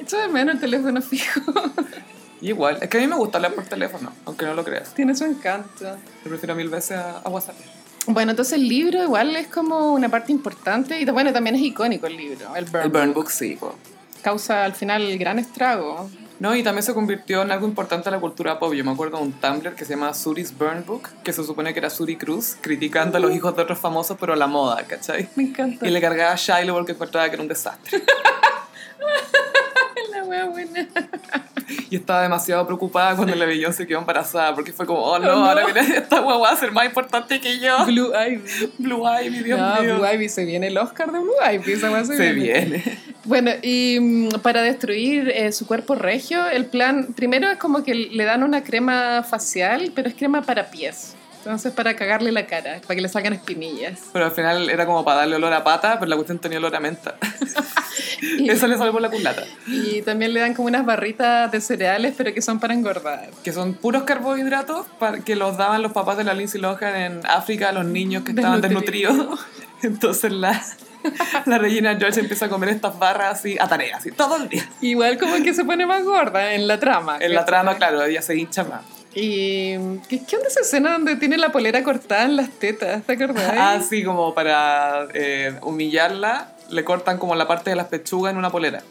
Speaker 2: Echo de menos el teléfono fijo.
Speaker 1: Y Igual, es que a mí me gusta hablar por teléfono, aunque no lo creas.
Speaker 2: Tiene su encanto.
Speaker 1: Yo prefiero mil veces a, a WhatsApp.
Speaker 2: Bueno, entonces el libro igual es como una parte importante y bueno, también es icónico el libro, el Burn.
Speaker 1: El burn book sí, po.
Speaker 2: Causa al final el gran estrago.
Speaker 1: No, y también se convirtió en algo importante a la cultura pop. Yo me acuerdo de un Tumblr que se llama Suri's Burn Book, que se supone que era Suri Cruz, criticando a los hijos de otros famosos, pero a la moda, ¿cachai?
Speaker 2: Me encanta.
Speaker 1: Y le cargaba a Shiloh porque encontraba que era un desastre.
Speaker 2: La wea buena.
Speaker 1: Y estaba demasiado preocupada cuando la Beyoncé se quedó embarazada, porque fue como, oh no,
Speaker 2: Oh, no.
Speaker 1: ahora mira, esta guagua va a ser más importante que yo.
Speaker 2: Blue Ivy.
Speaker 1: Blue Ivy, Dios
Speaker 2: no,
Speaker 1: mío.
Speaker 2: Blue Ivy, se viene el Oscar de Blue Ivy. Esa wea se
Speaker 1: Se
Speaker 2: viene.
Speaker 1: viene.
Speaker 2: Bueno, y mm, para destruir eh, su cuerpo regio, el plan primero es como que le dan una crema facial, pero es crema para pies. Entonces, para cagarle la cara, para que le salgan espinillas.
Speaker 1: Pero al final era como para darle olor a pata, pero la cuestión tenía olor a menta. Eso le salvó la culata.
Speaker 2: Y también le dan como unas barritas de cereales, pero que son para engordar.
Speaker 1: que son puros carbohidratos para- que los daban los papás de la Lindsay Lohan en África a los niños que estaban
Speaker 2: Desnutridos.
Speaker 1: desnutridos. Entonces la, la Regina George empieza a comer estas barras así, a tareas, así, todo el día.
Speaker 2: Igual como que se pone más gorda en la trama.
Speaker 1: En la trama, claro, ella se hincha más.
Speaker 2: Y ¿qué, qué onda esa escena donde tiene la polera cortada en las tetas? ¿Te acordás?
Speaker 1: Así Ah, como para eh, humillarla, le cortan como la parte de las pechugas en una polera.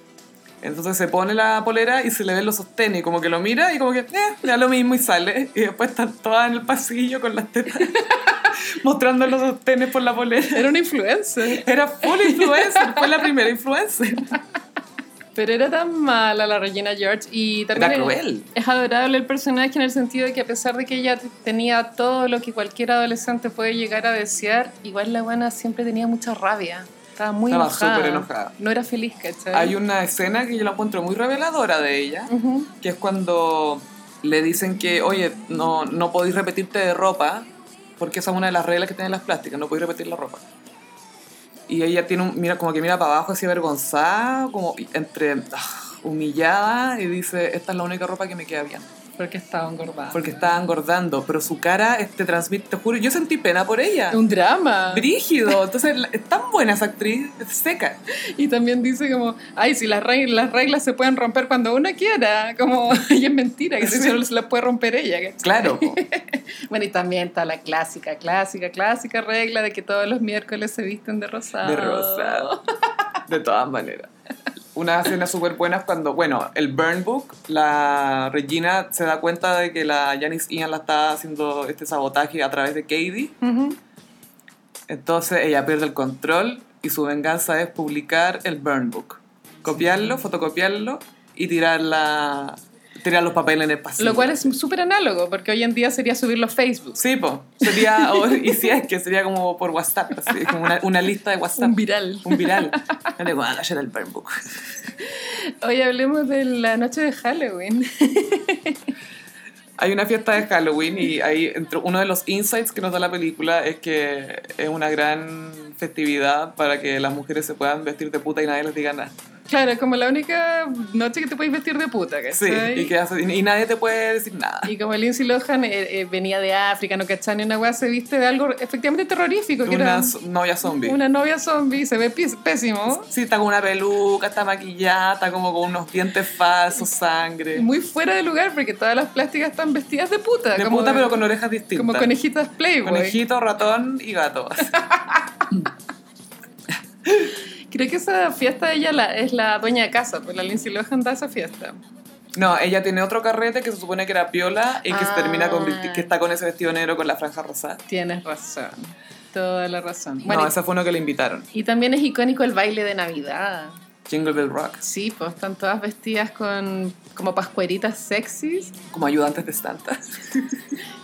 Speaker 1: Entonces se pone la polera y se le ven los sostenes, y como que lo mira y como que, eh, le da lo mismo y sale. Y después están todas en el pasillo con las tetas mostrando los sostenes por la polera.
Speaker 2: Era una influencer.
Speaker 1: Era full influencer, fue la primera influencer.
Speaker 2: Pero era tan mala la Regina George y también
Speaker 1: Era
Speaker 2: es-
Speaker 1: cruel.
Speaker 2: es adorable el personaje en el sentido de que a pesar de que ella t- tenía todo lo que cualquier adolescente puede llegar a desear, igual la buena siempre tenía mucha rabia. Estaba muy
Speaker 1: Estaba
Speaker 2: enojada.
Speaker 1: súper enojada.
Speaker 2: No era feliz, ¿cachai?
Speaker 1: Hay una escena que yo la encuentro muy reveladora de ella,
Speaker 2: Ujú.
Speaker 1: que es cuando le dicen que, oye, no, no podéis repetirte de ropa, porque esa es una de las reglas que tienen las plásticas, no podéis repetir la ropa. Y ella tiene un, mira, como que mira para abajo así avergonzada, como entre ah, humillada, y dice, esta es la única ropa que me queda bien,
Speaker 2: Porque estaba engordada.
Speaker 1: porque estaba engordando, pero su cara este, transmite, te juro, yo sentí pena por ella.
Speaker 2: Un drama.
Speaker 1: Brígido, entonces la- es tan buena esa actriz, es seca.
Speaker 2: Y también dice como, ay, si las reglas, las reglas se pueden romper cuando uno quiera. Como, y es mentira, que
Speaker 1: Sí.
Speaker 2: solo se las puede romper ella. ¿cachai?
Speaker 1: Claro, po.
Speaker 2: Bueno, y también está la clásica, clásica, clásica regla de que todos los miércoles se visten de rosado.
Speaker 1: De
Speaker 2: Oh.
Speaker 1: rosado. De todas maneras. Una escena súper buena es cuando, bueno, el Burn Book, la Regina se da cuenta de que la Janice Ian la está haciendo este sabotaje a través de Katie.
Speaker 2: Ujú.
Speaker 1: Entonces ella pierde el control y su venganza es publicar el Burn Book. Copiarlo, fotocopiarlo y tirar, la, tirar los papeles en el pasillo.
Speaker 2: Lo cual es súper análogo, porque hoy en día sería subirlo a Facebook.
Speaker 1: Sí, po. Sería, o- y si es que sería como por WhatsApp, así, como una, una lista de WhatsApp.
Speaker 2: Un viral.
Speaker 1: Un viral. Yo le digo, "Ah, ayer el Burn Book.
Speaker 2: Hoy hablemos de la noche de Halloween.
Speaker 1: Hay una fiesta de Halloween y ahí entró- uno de los insights que nos da la película es que es una gran festividad para que las mujeres se puedan vestir de puta y nadie les diga nada.
Speaker 2: Claro, como la única noche que te puedes vestir de puta,
Speaker 1: Sí,
Speaker 2: ¿cachai?
Speaker 1: y, que hace- y nadie te puede decir nada.
Speaker 2: Y como Lindsay Lohan eh, eh, venía de África, no cachan, y una weá se viste de algo efectivamente terrorífico, que
Speaker 1: Una
Speaker 2: era
Speaker 1: so- novia zombie.
Speaker 2: una novia zombie, se ve pis- pésimo,
Speaker 1: Sí, está con una peluca, está maquillada, está como con unos dientes falsos,
Speaker 2: y
Speaker 1: sangre.
Speaker 2: muy fuera de lugar, porque todas las plásticas están vestidas de puta,
Speaker 1: De
Speaker 2: como,
Speaker 1: puta, pero con orejas distintas.
Speaker 2: como conejitas Playboy.
Speaker 1: Conejito, ratón y gato.
Speaker 2: Creo que esa fiesta ella la, es la dueña de casa, pues la Lindsay Lohan da esa fiesta.
Speaker 1: No, ella tiene otro carrete que se supone que era piola y que se
Speaker 2: Ah.
Speaker 1: termina convirti- que está con ese vestido negro con la franja rosada.
Speaker 2: Tienes razón, toda la razón.
Speaker 1: no,
Speaker 2: Bueno,
Speaker 1: ese fue uno que le invitaron.
Speaker 2: y, y también es icónico el baile de Navidad.
Speaker 1: Jingle Bell Rock,
Speaker 2: Sí, pues están todas vestidas con como pascueritas sexys
Speaker 1: como ayudantes de Santa.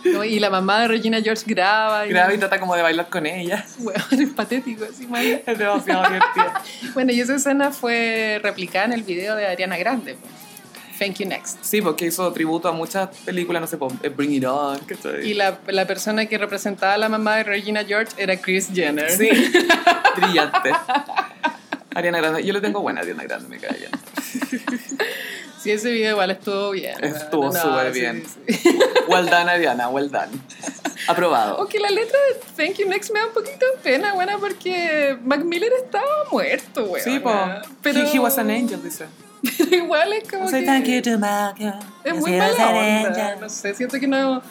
Speaker 2: ¿no? y la mamá de Regina George graba. Y,
Speaker 1: Graba y trata como de bailar con ella.
Speaker 2: Weón, es patético, así mal.
Speaker 1: Es demasiado divertido.
Speaker 2: Bueno, y esa escena fue replicada en el video de Ariana Grande. pues. Thank you next.
Speaker 1: Sí, porque hizo tributo a muchas películas, no sé, po, eh, Bring It On, ¿cachai?
Speaker 2: Y la, la persona que representaba a la mamá de Regina George era Chris Jenner.
Speaker 1: Sí, brillante. Ariana Grande, yo le tengo buena a Ariana Grande, me cae bien.
Speaker 2: Sí, ese video igual estuvo bien. ¿no?
Speaker 1: Estuvo
Speaker 2: No,
Speaker 1: súper
Speaker 2: sí,
Speaker 1: bien.
Speaker 2: sí.
Speaker 1: Well done, Ariana, well done. Aprobado.
Speaker 2: Aunque la letra de Thank You Next me da un poquito de pena, buena, porque Mac Miller estaba muerto, weón.
Speaker 1: Sí, po.
Speaker 2: Pero
Speaker 1: He, he was an angel, dice.
Speaker 2: igual es como que...
Speaker 1: to my girl.
Speaker 2: Es muy
Speaker 1: He was
Speaker 2: mala
Speaker 1: an
Speaker 2: onda.
Speaker 1: angel.
Speaker 2: No sé, siento que no...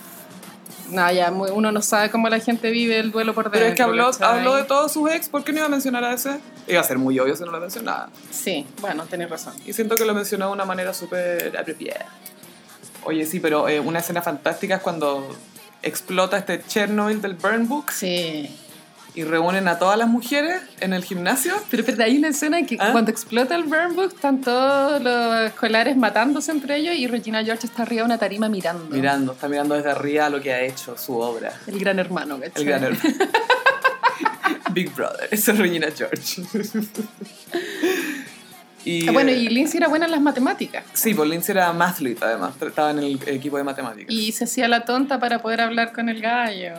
Speaker 2: No, ya, muy- uno no sabe cómo la gente vive el duelo por dentro.
Speaker 1: Pero es que habló,
Speaker 2: ¿cachai?
Speaker 1: habló de todos sus ex, ¿por qué no iba a mencionar a ese? Iba a ser muy obvio si no lo mencionaba.
Speaker 2: Sí, bueno, tenés razón.
Speaker 1: Y siento que lo mencionó de una manera súper apropiada. Oye, sí, pero eh, una escena fantástica es cuando explota este Chernobyl del Burn Book
Speaker 2: Sí.
Speaker 1: y reúnen a todas las mujeres en el gimnasio.
Speaker 2: Pero, pero hay una escena en que
Speaker 1: ¿Ah?
Speaker 2: cuando explota el burn book están todos los escolares matándose entre ellos y Regina George está arriba de una tarima mirando.
Speaker 1: Mirando, está mirando desde arriba lo que ha hecho, su obra.
Speaker 2: El gran hermano, ¿cachai?
Speaker 1: El gran hermano. Big Brother, eso es Regina George. y,
Speaker 2: Ah, bueno,
Speaker 1: eh,
Speaker 2: y Lindsay era buena en las matemáticas.
Speaker 1: Sí, por Lindsay era mathlete además, estaba en el equipo de matemáticas.
Speaker 2: Y se hacía la tonta para poder hablar con el gallo.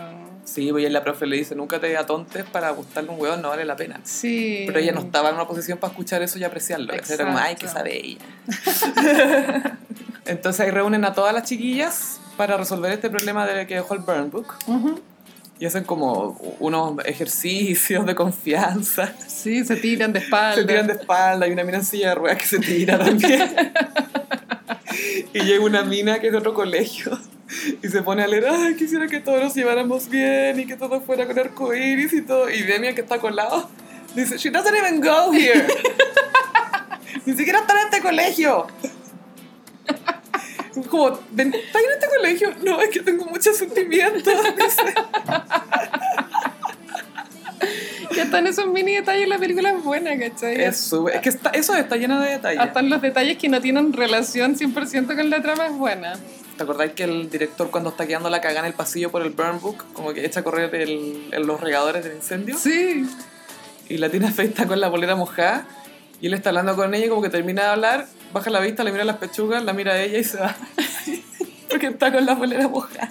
Speaker 1: Sí, pues y la profe le dice, nunca te atontes para gustarle un hueón, no vale la pena.
Speaker 2: Sí.
Speaker 1: Pero ella no estaba en una posición para escuchar eso y apreciarlo. ¿cachai? Era como, ay, ¿qué sabe ella? Entonces ahí reúnen a todas las chiquillas para resolver este problema de que dejó el Burn Book.
Speaker 2: Ujú.
Speaker 1: Y hacen como unos ejercicios de confianza.
Speaker 2: Sí, se tiran de espalda.
Speaker 1: Se tiran de espalda, hay una mina en silla de ruedas que se tira también. y llega una mina que es de otro colegio y se pone a leer, ay, quisiera que todos nos lleváramos bien y que todo fuera con arcoíris y todo. Y Demian, que está colado, dice, she doesn't even go here. Ni siquiera está en este colegio. Como, ven, ¿está en este colegio? No, es que tengo muchos sentimientos. dice.
Speaker 2: Ya están esos mini detalles, la película es buena, ¿cachai?
Speaker 1: Es súper- es que está- eso está lleno de detalles.
Speaker 2: Hasta en los detalles que no tienen relación 100% con la trama es buena.
Speaker 1: ¿Te acordáis que el director cuando está quedando la cagada en el pasillo por el burn book, como que echa a correr el- el- los regadores del incendio?
Speaker 2: Sí.
Speaker 1: Y la Tina Fey está con la bolera mojada y él está hablando con ella y como que termina de hablar, baja la vista, le mira las pechugas, la mira a ella y se va. Porque está con la bolera mojada.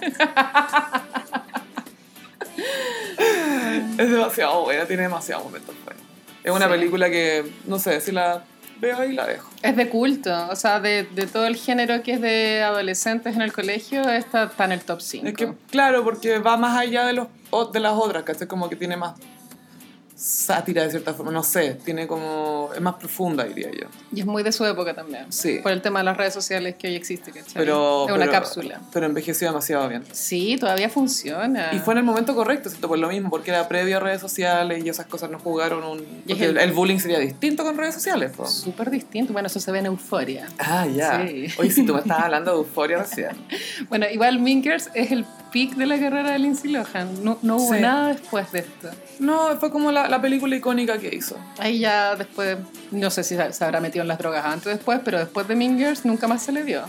Speaker 1: es demasiado buena, tiene demasiados momentos buenos. Es una
Speaker 2: Sí.
Speaker 1: película que, no sé, si la veo y la dejo.
Speaker 2: Es de culto, o sea, de, de todo el género que es de adolescentes en el colegio, esta está en el top 5.
Speaker 1: Es que, claro, porque va más allá de, los, o- de las otras, ¿cachai? Como que tiene más sátira de cierta forma, no sé, tiene como, es más profunda, diría yo.
Speaker 2: Y es muy de su época también.
Speaker 1: Sí.
Speaker 2: Por el tema de las redes sociales que hoy existe, ¿cachai?
Speaker 1: Pero,
Speaker 2: es una
Speaker 1: pero-
Speaker 2: cápsula.
Speaker 1: Pero envejeció demasiado bien.
Speaker 2: Sí, todavía funciona.
Speaker 1: Y fue en el momento correcto, ¿cierto? Por lo mismo, porque era previo a redes sociales y esas cosas no jugaron un...
Speaker 2: Y es
Speaker 1: porque
Speaker 2: el-
Speaker 1: el... bullying sería distinto con redes sociales, po.
Speaker 2: súper distinto. Bueno, eso se ve en Euforia.
Speaker 1: Ah, ya.
Speaker 2: Sí.
Speaker 1: Oye, si tú me estabas hablando de euforia recién.
Speaker 2: Bueno, igual Minkers es el pic de la carrera de Lindsay Lohan. No, no hubo
Speaker 1: Sí.
Speaker 2: nada después de esto.
Speaker 1: No, fue como la, la película icónica que hizo.
Speaker 2: Ahí ya después, no sé si se habrá metido en las drogas antes o después, pero después de Mingers nunca más se le vio.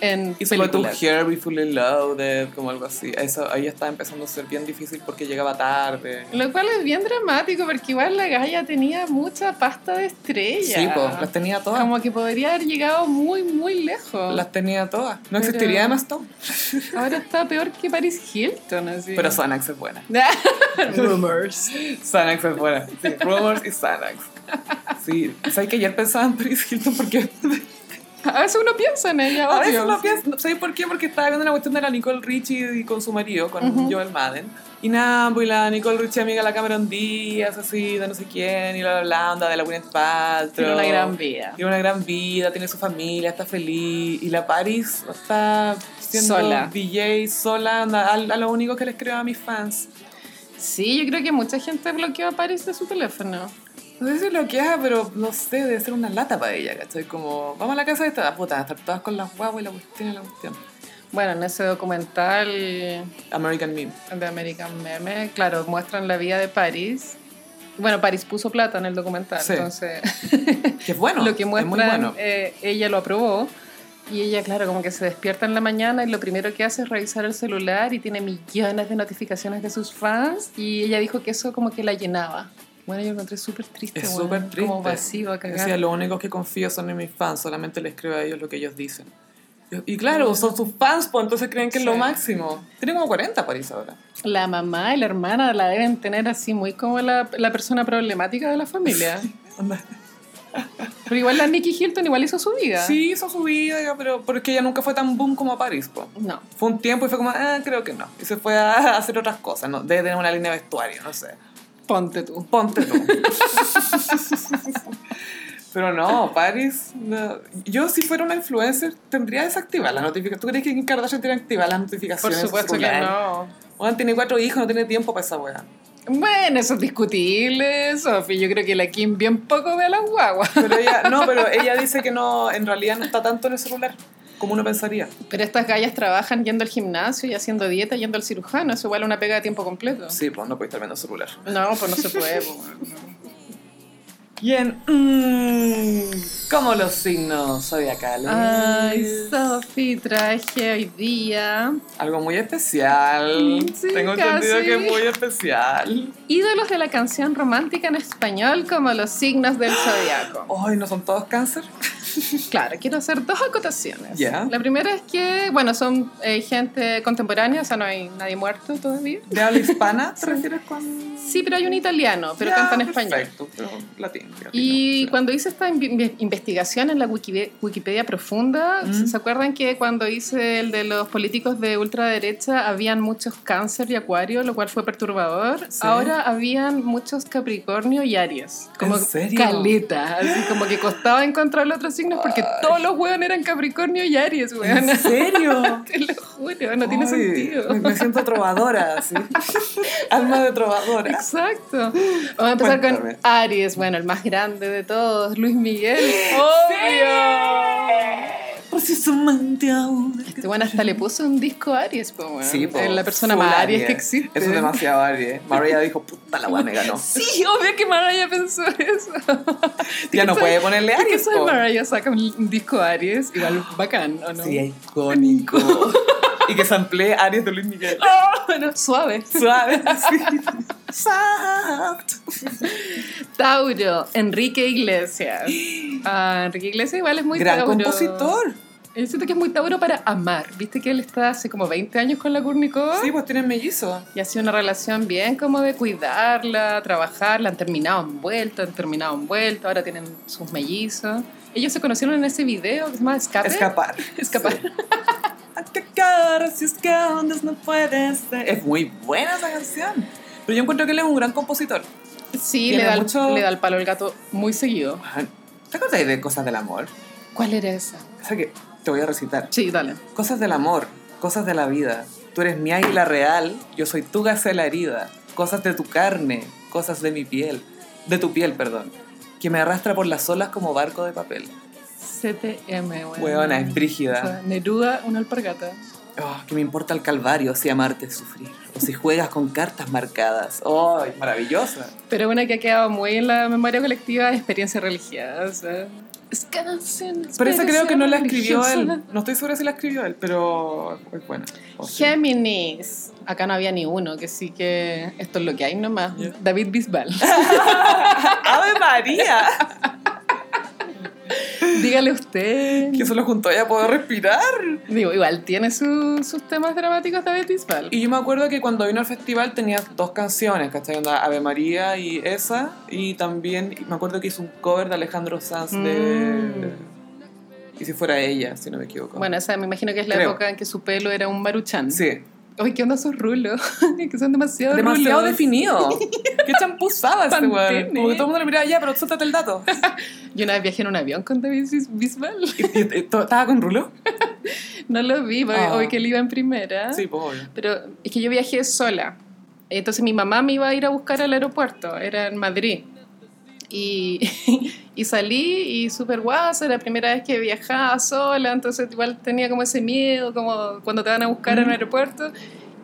Speaker 2: En
Speaker 1: Hizo como tu
Speaker 2: películas.
Speaker 1: Hair Fully Loaded, como algo así. Eso, ahí estaba empezando a ser bien difícil porque llegaba tarde.
Speaker 2: Lo cual es bien dramático porque igual la galla tenía mucha pasta de estrella.
Speaker 1: Sí, pues, las tenía todas.
Speaker 2: Como que podría haber llegado muy, muy lejos.
Speaker 1: Las tenía todas. No
Speaker 2: Pero-
Speaker 1: existiría Emma Stone.
Speaker 2: Ahora está peor que Paris Hilton, así.
Speaker 1: Pero Xanax es buena.
Speaker 2: Rumors.
Speaker 1: Xanax es buena. Sí, Rumors y Xanax. Sí, ¿sabes que ayer pensaba en Paris Hilton porque
Speaker 2: A veces uno piensa en ella,
Speaker 1: a veces
Speaker 2: obvio.
Speaker 1: lo pienso, ¿sabes por qué? Porque estaba viendo una cuestión de la Nicole Richie y con su marido, con
Speaker 2: Ujú.
Speaker 1: Joel Madden. Y nada, pues la Nicole Richie amiga de la Cameron Díaz, así, de no sé quién, y la blanda de la Gwyneth Paltrow.
Speaker 2: Tiene una gran vida.
Speaker 1: Tiene una gran vida, tiene su familia, está feliz. Y la Paris está siendo
Speaker 2: Sola.
Speaker 1: DJ sola, anda, a, a lo único que les creo a mis fans.
Speaker 2: Sí, yo creo que mucha gente bloqueó a Paris de su teléfono.
Speaker 1: No sé si lo que haga, pero no sé, debe ser una lata para ella, ¿cachai? Como, vamos a la casa de esta puta, van a estar todas con las guaguas y la cuestión y la cuestión.
Speaker 2: Bueno, en ese documental de
Speaker 1: American Meme.
Speaker 2: American Meme, claro, muestran la vida de Paris. Bueno, Paris puso plata en el documental,
Speaker 1: Sí.
Speaker 2: entonces
Speaker 1: Que es bueno.
Speaker 2: lo que muestran,
Speaker 1: es muy bueno.
Speaker 2: eh, ella lo aprobó. Y ella, claro, como que se despierta en la mañana y lo primero que hace es revisar el celular y tiene millones de notificaciones de sus fans. Y ella dijo que eso como que la llenaba. Bueno, yo lo encontré súper triste.
Speaker 1: Es
Speaker 2: bueno,
Speaker 1: súper triste.
Speaker 2: Como vacío a cagar.
Speaker 1: Decía, lo único que confío son en mis fans, solamente les creo a ellos lo que ellos dicen. Y claro, son sus fans, pues entonces creen que es lo
Speaker 2: Mm. Sí.
Speaker 1: máximo. Tiene como 40 París ahora.
Speaker 2: La mamá y la hermana la deben tener así muy como la, la persona problemática de la familia.
Speaker 1: Anda.
Speaker 2: Pero igual la Nikki Hilton igual hizo su vida.
Speaker 1: Sí, hizo su vida, pero porque ella nunca fue tan boom como París, po.
Speaker 2: No.
Speaker 1: Fue un tiempo y fue como, ah, creo que no. Y se fue a hacer otras cosas, ¿no? Debe tener una línea de vestuario, no sé.
Speaker 2: Ponte tú.
Speaker 1: Ponte tú. Pero no, Paris. no. Yo, si fuera una influencer, tendría desactivar las notificaciones. ¿Tú crees que Kim Kardashian tiene activadas las
Speaker 2: Por
Speaker 1: notificaciones? de su
Speaker 2: supuesto que
Speaker 1: celular?
Speaker 2: no.
Speaker 1: Juan tiene cuatro hijos, no tiene tiempo para esa weá.
Speaker 2: Bueno, eso es discutible, Sofi. Yo creo que la Kim bien poco ve a las guaguas.
Speaker 1: Pero ella, no, pero ella dice que no, en realidad no está tanto en el celular como uno pensaría.
Speaker 2: Pero estas gallas trabajan yendo al gimnasio y haciendo dieta, yendo al cirujano. Eso igual es una pega de tiempo completo.
Speaker 1: Sí, pues no puede estar viendo el celular.
Speaker 2: No, pues no se puede. pues, bueno.
Speaker 1: Y en mmm, como los signos zodiacales.
Speaker 2: Ay, Sofi, traje hoy día
Speaker 1: Algo muy especial.
Speaker 2: Sí,
Speaker 1: Tengo entendido
Speaker 2: casi.
Speaker 1: que es muy especial.
Speaker 2: ídolos de la canción romántica en español como los signos del zodiaco.
Speaker 1: Ay, ¿no son todos cáncer?
Speaker 2: Claro, quiero hacer dos acotaciones.
Speaker 1: Ya.
Speaker 2: La primera es que, bueno, son eh, gente contemporánea, o sea, no hay nadie muerto todavía.
Speaker 1: ¿De habla hispana te refieres con...?
Speaker 2: Sí, pero hay un italiano, pero
Speaker 1: Ya,
Speaker 2: canta en español.
Speaker 1: Perfecto, pero latín. latino,
Speaker 2: Y
Speaker 1: sí.
Speaker 2: cuando hice esta inve- inve- investigación en la Wikide- Wikipedia profunda,
Speaker 1: Mm.
Speaker 2: ¿se- ¿se acuerdan que cuando hice el de los políticos de ultraderecha habían muchos cáncer y acuario, lo cual fue perturbador?
Speaker 1: Sí.
Speaker 2: Ahora habían muchos capricornio y aries, como
Speaker 1: ¿En serio?
Speaker 2: caleta, así como que costaba encontrar los otros signos porque
Speaker 1: Ay.
Speaker 2: todos los hueones eran capricornio y aries,
Speaker 1: ¿En
Speaker 2: hueona.
Speaker 1: serio?
Speaker 2: Te lo Julio, no tiene
Speaker 1: Ay,
Speaker 2: sentido.
Speaker 1: me- Me siento trovadora, sí. Alma de trovadora.
Speaker 2: Exacto. Vamos a empezar
Speaker 1: Cuéntame.
Speaker 2: con Aries, bueno, el más grande de todos, Luis Miguel. ¡Obvio!
Speaker 1: Precisamente ahora.
Speaker 2: Este bueno hasta le puso un disco a Aries, pues bueno.
Speaker 1: Sí, po,
Speaker 2: es la persona
Speaker 1: full
Speaker 2: más Aries, que existe.
Speaker 1: Eso es demasiado Aries. María dijo, puta la weá me ganó.
Speaker 2: Sí, obvio que Mariah pensó eso.
Speaker 1: Ya no puede ponerle
Speaker 2: Es que
Speaker 1: Aries.
Speaker 2: soy
Speaker 1: po.
Speaker 2: Mariah saca un disco Aries, igual bacán, ¿o no?
Speaker 1: Sí, icónico. y que samplee Aries de Luis Miguel.
Speaker 2: Ah, bueno, suave.
Speaker 1: Suave. sí. Soft.
Speaker 2: Tauro, Enrique Iglesias. Ah, Enrique Iglesias igual es muy
Speaker 1: Gran
Speaker 2: Tauro.
Speaker 1: compositor.
Speaker 2: Yo Eh, siento que es muy Tauro para amar. Viste que él está hace como 20 años con la Kurnikova.
Speaker 1: Sí, pues tienen mellizo.
Speaker 2: Y ha sido una relación bien como de cuidarla, trabajarla. Han terminado envuelto, han terminado envuelto. Ahora tienen sus mellizos. Ellos se conocieron en ese video que se llama Escape.
Speaker 1: Escapar.
Speaker 2: Escapar.
Speaker 1: Atacar si escondes no puedes ser. Es muy buena esa canción. Pero yo encuentro que él es un gran compositor.
Speaker 2: Sí,
Speaker 1: Tiene
Speaker 2: le da, el-
Speaker 1: mucho-
Speaker 2: le da el palo al gato muy seguido.
Speaker 1: ¿Te acordáis de Cosas del Amor?
Speaker 2: ¿Cuál era esa?
Speaker 1: Esa que te voy a recitar.
Speaker 2: Sí, dale.
Speaker 1: Cosas del amor, cosas de la vida. Tú eres mi águila real, yo soy tu gacela herida. Cosas de tu carne, cosas de mi piel. De tu piel, perdón. Que me arrastra por las olas como barco de papel.
Speaker 2: CTM, weón.
Speaker 1: Huevona, es
Speaker 2: O sea,
Speaker 1: brígida.
Speaker 2: Neruda, una alpargata.
Speaker 1: Oh, que me importa el calvario si amarte es sufrir. O si juegas con cartas marcadas. ¡Ay, maravillosa!
Speaker 2: Pero una que ha quedado muy en la memoria colectiva es experiencia religiosa. Es canción.
Speaker 1: Pero esa creo que no la escribió
Speaker 2: religiosa.
Speaker 1: él. No estoy segura si la escribió él, pero es buena. O sí.
Speaker 2: Géminis. Acá no había ni uno, que sí que esto es lo que hay nomás.
Speaker 1: Ya.
Speaker 2: David Bisbal.
Speaker 1: ¡Ave María!
Speaker 2: Dígale usted.
Speaker 1: Que solo junto a ella puedo respirar.
Speaker 2: Digo, igual tiene su- sus temas dramáticos David Bisbal.
Speaker 1: Y yo me acuerdo que cuando vino al festival tenía dos canciones, ¿cachai? Onda Ave María y esa. Y también me acuerdo que hizo un cover de Alejandro Sanz de... Y si fuera ella, si no me equivoco.
Speaker 2: Bueno, esa me imagino que es la
Speaker 1: Creo.
Speaker 2: época en que su pelo era un maruchan.
Speaker 1: Sí.
Speaker 2: Ay, ¿qué onda esos rulos? que son demasiado,
Speaker 1: Demasiado
Speaker 2: rulos.
Speaker 1: definido. ¿Qué champú usaba ese
Speaker 2: Pantene.
Speaker 1: weón? Como que todo el mundo le miraba, ya, pero suéltate el dato.
Speaker 2: Yo una vez viajé en un avión con David Bis- Bisbal.
Speaker 1: ¿Y- y- y- to- ¿Estaba con rulo?
Speaker 2: No lo vi, porque
Speaker 1: Ah.
Speaker 2: hoy que él iba en primera.
Speaker 1: Sí, pues obvio.
Speaker 2: Pero es que yo viajé sola. Entonces mi mamá me iba a ir a buscar al aeropuerto, era en Madrid. Y, y salí y súper guasa, era la primera vez que viajaba sola, entonces igual tenía como ese miedo, como cuando te van a buscar en
Speaker 1: Mm.
Speaker 2: el aeropuerto.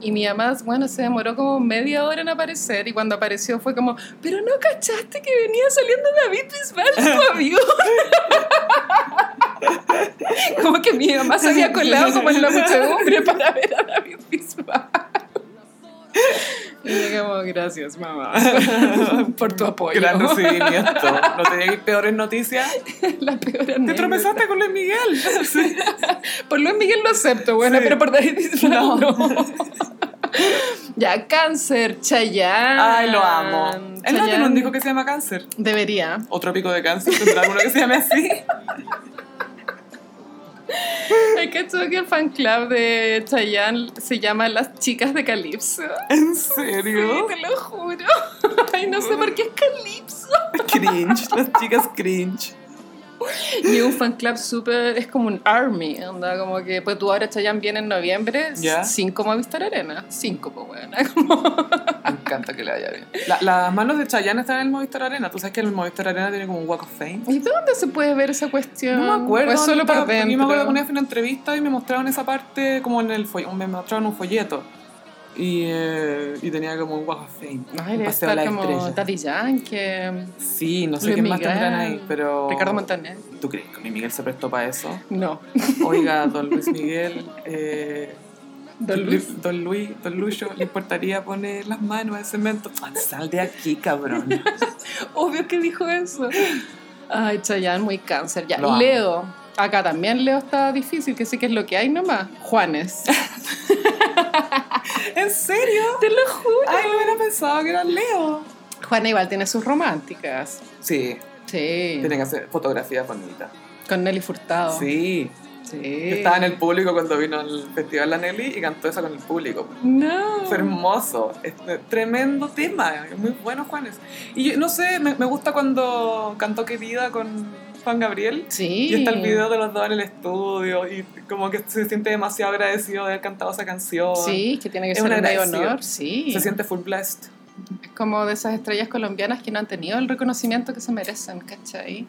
Speaker 2: Y mi mamá, bueno, se demoró como media hora en aparecer y cuando apareció fue como, pero no cachaste que venía saliendo David Bisbal en tu avión. como que mi mamá se había colado como en la muchedumbre para ver a David Bisbal. Y yo como, gracias mamá por tu apoyo.
Speaker 1: Gran recibimiento. No tenía que ir peores noticias.
Speaker 2: La peor
Speaker 1: Te
Speaker 2: anécdota.
Speaker 1: tropezaste con Luis Miguel. Sí.
Speaker 2: Por Luis Miguel lo acepto, bueno,
Speaker 1: Sí.
Speaker 2: pero por David Bisbal
Speaker 1: No.
Speaker 2: no. ya, cáncer, Chayanne.
Speaker 1: Ay, lo amo. Él no tiene un
Speaker 2: Chayanne
Speaker 1: disco que se llama Cáncer.
Speaker 2: Debería.
Speaker 1: otro pico de cáncer, tendrá alguno que se llame así.
Speaker 2: Hay que que el fan club de Chayanne se llama Las Chicas de Calipso.
Speaker 1: ¿En
Speaker 2: Sí,
Speaker 1: serio?
Speaker 2: te lo juro. Ay, no sé por qué es Calipso.
Speaker 1: Cringe, las chicas cringe.
Speaker 2: Y es un fan club súper, es como un army, onda, como que, pues tú ahora Chayanne viene en noviembre,
Speaker 1: Ya.
Speaker 2: cinco me va a visitar arena, cinco, pues bueno,
Speaker 1: Me encanta que le vaya bien. La- las manos de Chayanne están en el Movistar Arena. Tú sabes que el Movistar Arena tiene como un Walk of Fame.
Speaker 2: ¿Y dónde se puede ver esa cuestión?
Speaker 1: No me acuerdo.
Speaker 2: ¿O es pues, solo
Speaker 1: dónde
Speaker 2: por
Speaker 1: estaba, porque
Speaker 2: dentro.
Speaker 1: Yo me acuerdo que una vez fui a una entrevista y me mostraron esa parte como en el folleto. Me mostraron un folleto. Y, eh, y tenía como un Walk of Fame.
Speaker 2: Ay,
Speaker 1: un
Speaker 2: debe
Speaker 1: paseo a
Speaker 2: estar
Speaker 1: la
Speaker 2: como
Speaker 1: estrella.
Speaker 2: Daddy Yankee,
Speaker 1: Sí, no sé
Speaker 2: Luis
Speaker 1: qué más
Speaker 2: Miguel,
Speaker 1: tendrán ahí, pero.
Speaker 2: Ricardo Montaner.
Speaker 1: ¿Tú crees que Luis Miguel se prestó para eso?
Speaker 2: No.
Speaker 1: Oiga, don Luis Miguel. Eh,
Speaker 2: Don Luis.
Speaker 1: Don Luis, Don Lucho, ¿le importaría poner las manos al cemento? Ah, Sal de aquí, cabrón.
Speaker 2: Obvio que dijo eso. Ay, Chayanne, muy cáncer. Ya,
Speaker 1: Lo amo.
Speaker 2: Leo. Acá también Leo está difícil, que sí que es lo que hay nomás. Juanes.
Speaker 1: Ah, ¿En serio?
Speaker 2: Te lo juro.
Speaker 1: Ay, no hubiera pensado que era Leo.
Speaker 2: Juana igual tiene sus románticas.
Speaker 1: Sí,
Speaker 2: Sí.
Speaker 1: tiene que hacer fotografías bonitas.
Speaker 2: Con Nelly Furtado.
Speaker 1: Sí.
Speaker 2: Sí.
Speaker 1: Yo estaba en el público cuando vino al festival La Nelly y cantó eso con el público.
Speaker 2: No.
Speaker 1: Fue hermoso, es un tremendo tema, muy bueno Juanes. Y yo, no sé, me, me gusta cuando cantó Querida con Juan Gabriel.
Speaker 2: Sí.
Speaker 1: Y está el video de los dos en el estudio y como que se siente demasiado agradecido de haber cantado esa canción.
Speaker 2: Sí, que tiene que
Speaker 1: Es
Speaker 2: ser
Speaker 1: un
Speaker 2: un medio
Speaker 1: agradecido.
Speaker 2: honor, sí.
Speaker 1: Se siente full blessed.
Speaker 2: Es como de esas estrellas colombianas que no han tenido el reconocimiento que se merecen, ¿cachai?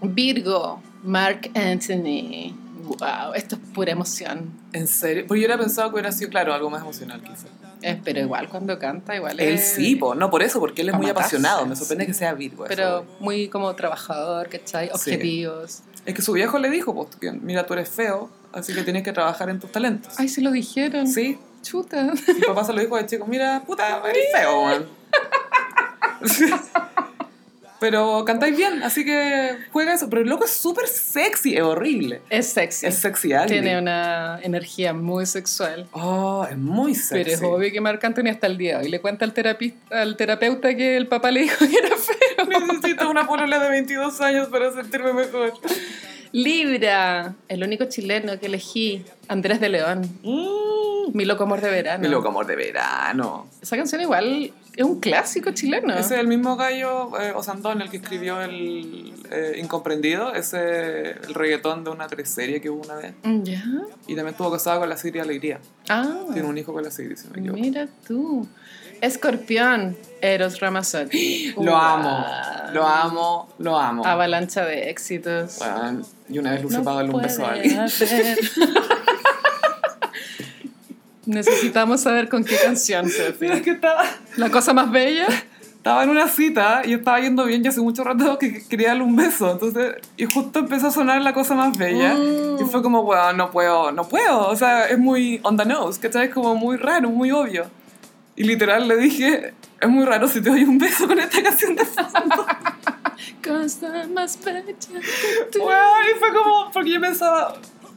Speaker 2: Virgo, Mark Anthony. Wow, esto es pura emoción.
Speaker 1: En serio. Pues yo hubiera pensado que hubiera sido, claro, algo más emocional quizás.
Speaker 2: Eh, pero igual cuando canta, igual
Speaker 1: Él
Speaker 2: es-
Speaker 1: sí, po. no por eso, porque él es
Speaker 2: Pa'
Speaker 1: muy
Speaker 2: matarse,
Speaker 1: apasionado. Me sorprende
Speaker 2: sí.
Speaker 1: que sea Virgo. eso.
Speaker 2: Pero muy como trabajador, ¿cachai? Objetivos.
Speaker 1: Es que su viejo le dijo, pues, que, mira, tú eres feo, así que tienes que trabajar en tus talentos.
Speaker 2: Ay, se lo dijeron.
Speaker 1: Sí,
Speaker 2: Chuta.
Speaker 1: mi papá se lo dijo de chico, mira, puta, eres feo, weón. Pero cantáis bien, así que juega eso. Pero el loco es súper sexy, es horrible.
Speaker 2: Es sexy.
Speaker 1: Es sexy alguien.
Speaker 2: Tiene una energía muy sexual.
Speaker 1: Oh, es muy sexy.
Speaker 2: Pero es obvio que Marc Anthony hasta el día de hoy le cuenta al, terapi- al terapeuta que el papá le dijo que era feo.
Speaker 1: Necesito una polola de 22 años para sentirme mejor.
Speaker 2: Libra, el único chileno que elegí, Andrés de León,
Speaker 1: Mm,
Speaker 2: Mi loco amor de verano.
Speaker 1: mi loco amor de verano.
Speaker 2: Esa canción igual es un clásico chileno.
Speaker 1: Ese es el mismo gallo eh, Osandón, el que escribió el eh, Incomprendido, ese el reggaetón de una teleserie que hubo una vez.
Speaker 2: Mm, Ya.
Speaker 1: Y también estuvo casado con la Siria Alegría.
Speaker 2: Ah.
Speaker 1: Tiene un hijo con la Siria, si no me equivoco.
Speaker 2: Mira tú. Escorpión, Eros Ramazzotti.
Speaker 1: Lo
Speaker 2: Wow.
Speaker 1: amo, lo
Speaker 2: Ah.
Speaker 1: amo, lo amo.
Speaker 2: Avalancha de éxitos.
Speaker 1: Bueno, y una vez Lucio
Speaker 2: Ah, No
Speaker 1: Pado le un beso a
Speaker 2: puede
Speaker 1: alguien.
Speaker 2: haber. Necesitamos saber con qué canción,
Speaker 1: Mira,
Speaker 2: Sofi.
Speaker 1: es que estaba,
Speaker 2: La cosa más bella.
Speaker 1: estaba en una cita y estaba yendo bien y hace mucho rato que quería darle un beso. Entonces, y justo empezó a sonar la cosa más bella.
Speaker 2: Mm.
Speaker 1: Y fue como, bueno, no puedo, no puedo. O sea, es muy on the nose, ¿cachai? Es como muy raro, muy obvio. Y literal le dije, es muy raro si te doy un beso con esta canción de
Speaker 2: Cosa más bella que tú.
Speaker 1: Weón, y fue como, porque yo pensaba,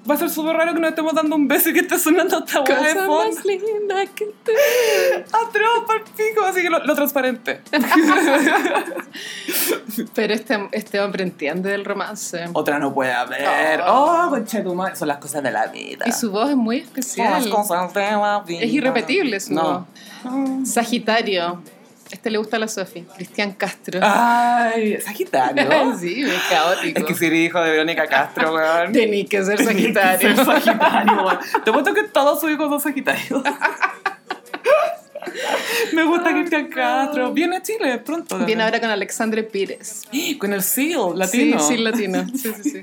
Speaker 1: va a ser súper raro que nos estemos dando un beso y que esté sonando esta weá de
Speaker 2: Cosa
Speaker 1: fondo.
Speaker 2: más linda que tú.
Speaker 1: Atroz, pa'l pico, así que lo, lo transparente.
Speaker 2: Pero este, este hombre entiende del romance.
Speaker 1: Otra no puede haber.
Speaker 2: Oh.
Speaker 1: Oh, concha de tu madre. Son las cosas de la vida.
Speaker 2: Y su voz es muy
Speaker 1: Son las
Speaker 2: especial.
Speaker 1: cosas de la vida.
Speaker 2: Es irrepetible su
Speaker 1: No.
Speaker 2: voz. Sagitario. Este le gusta a la Sofi. Cristian Castro.
Speaker 1: Ay, Sagitario.
Speaker 2: sí, es caótico.
Speaker 1: Ah, es que si eres hijo de Verónica Castro, weón.
Speaker 2: Tení que ser Sagitario.
Speaker 1: Sagitario. Sagitario, weón. Te cuento que todos sus hijos son Sagitarios. Me gusta Cristian Castro. Viene a Chile pronto. también.
Speaker 2: Viene ahora con Alexandre Pires.
Speaker 1: Con el seal latino.
Speaker 2: Sí, sí, latino. Sí, sí, sí.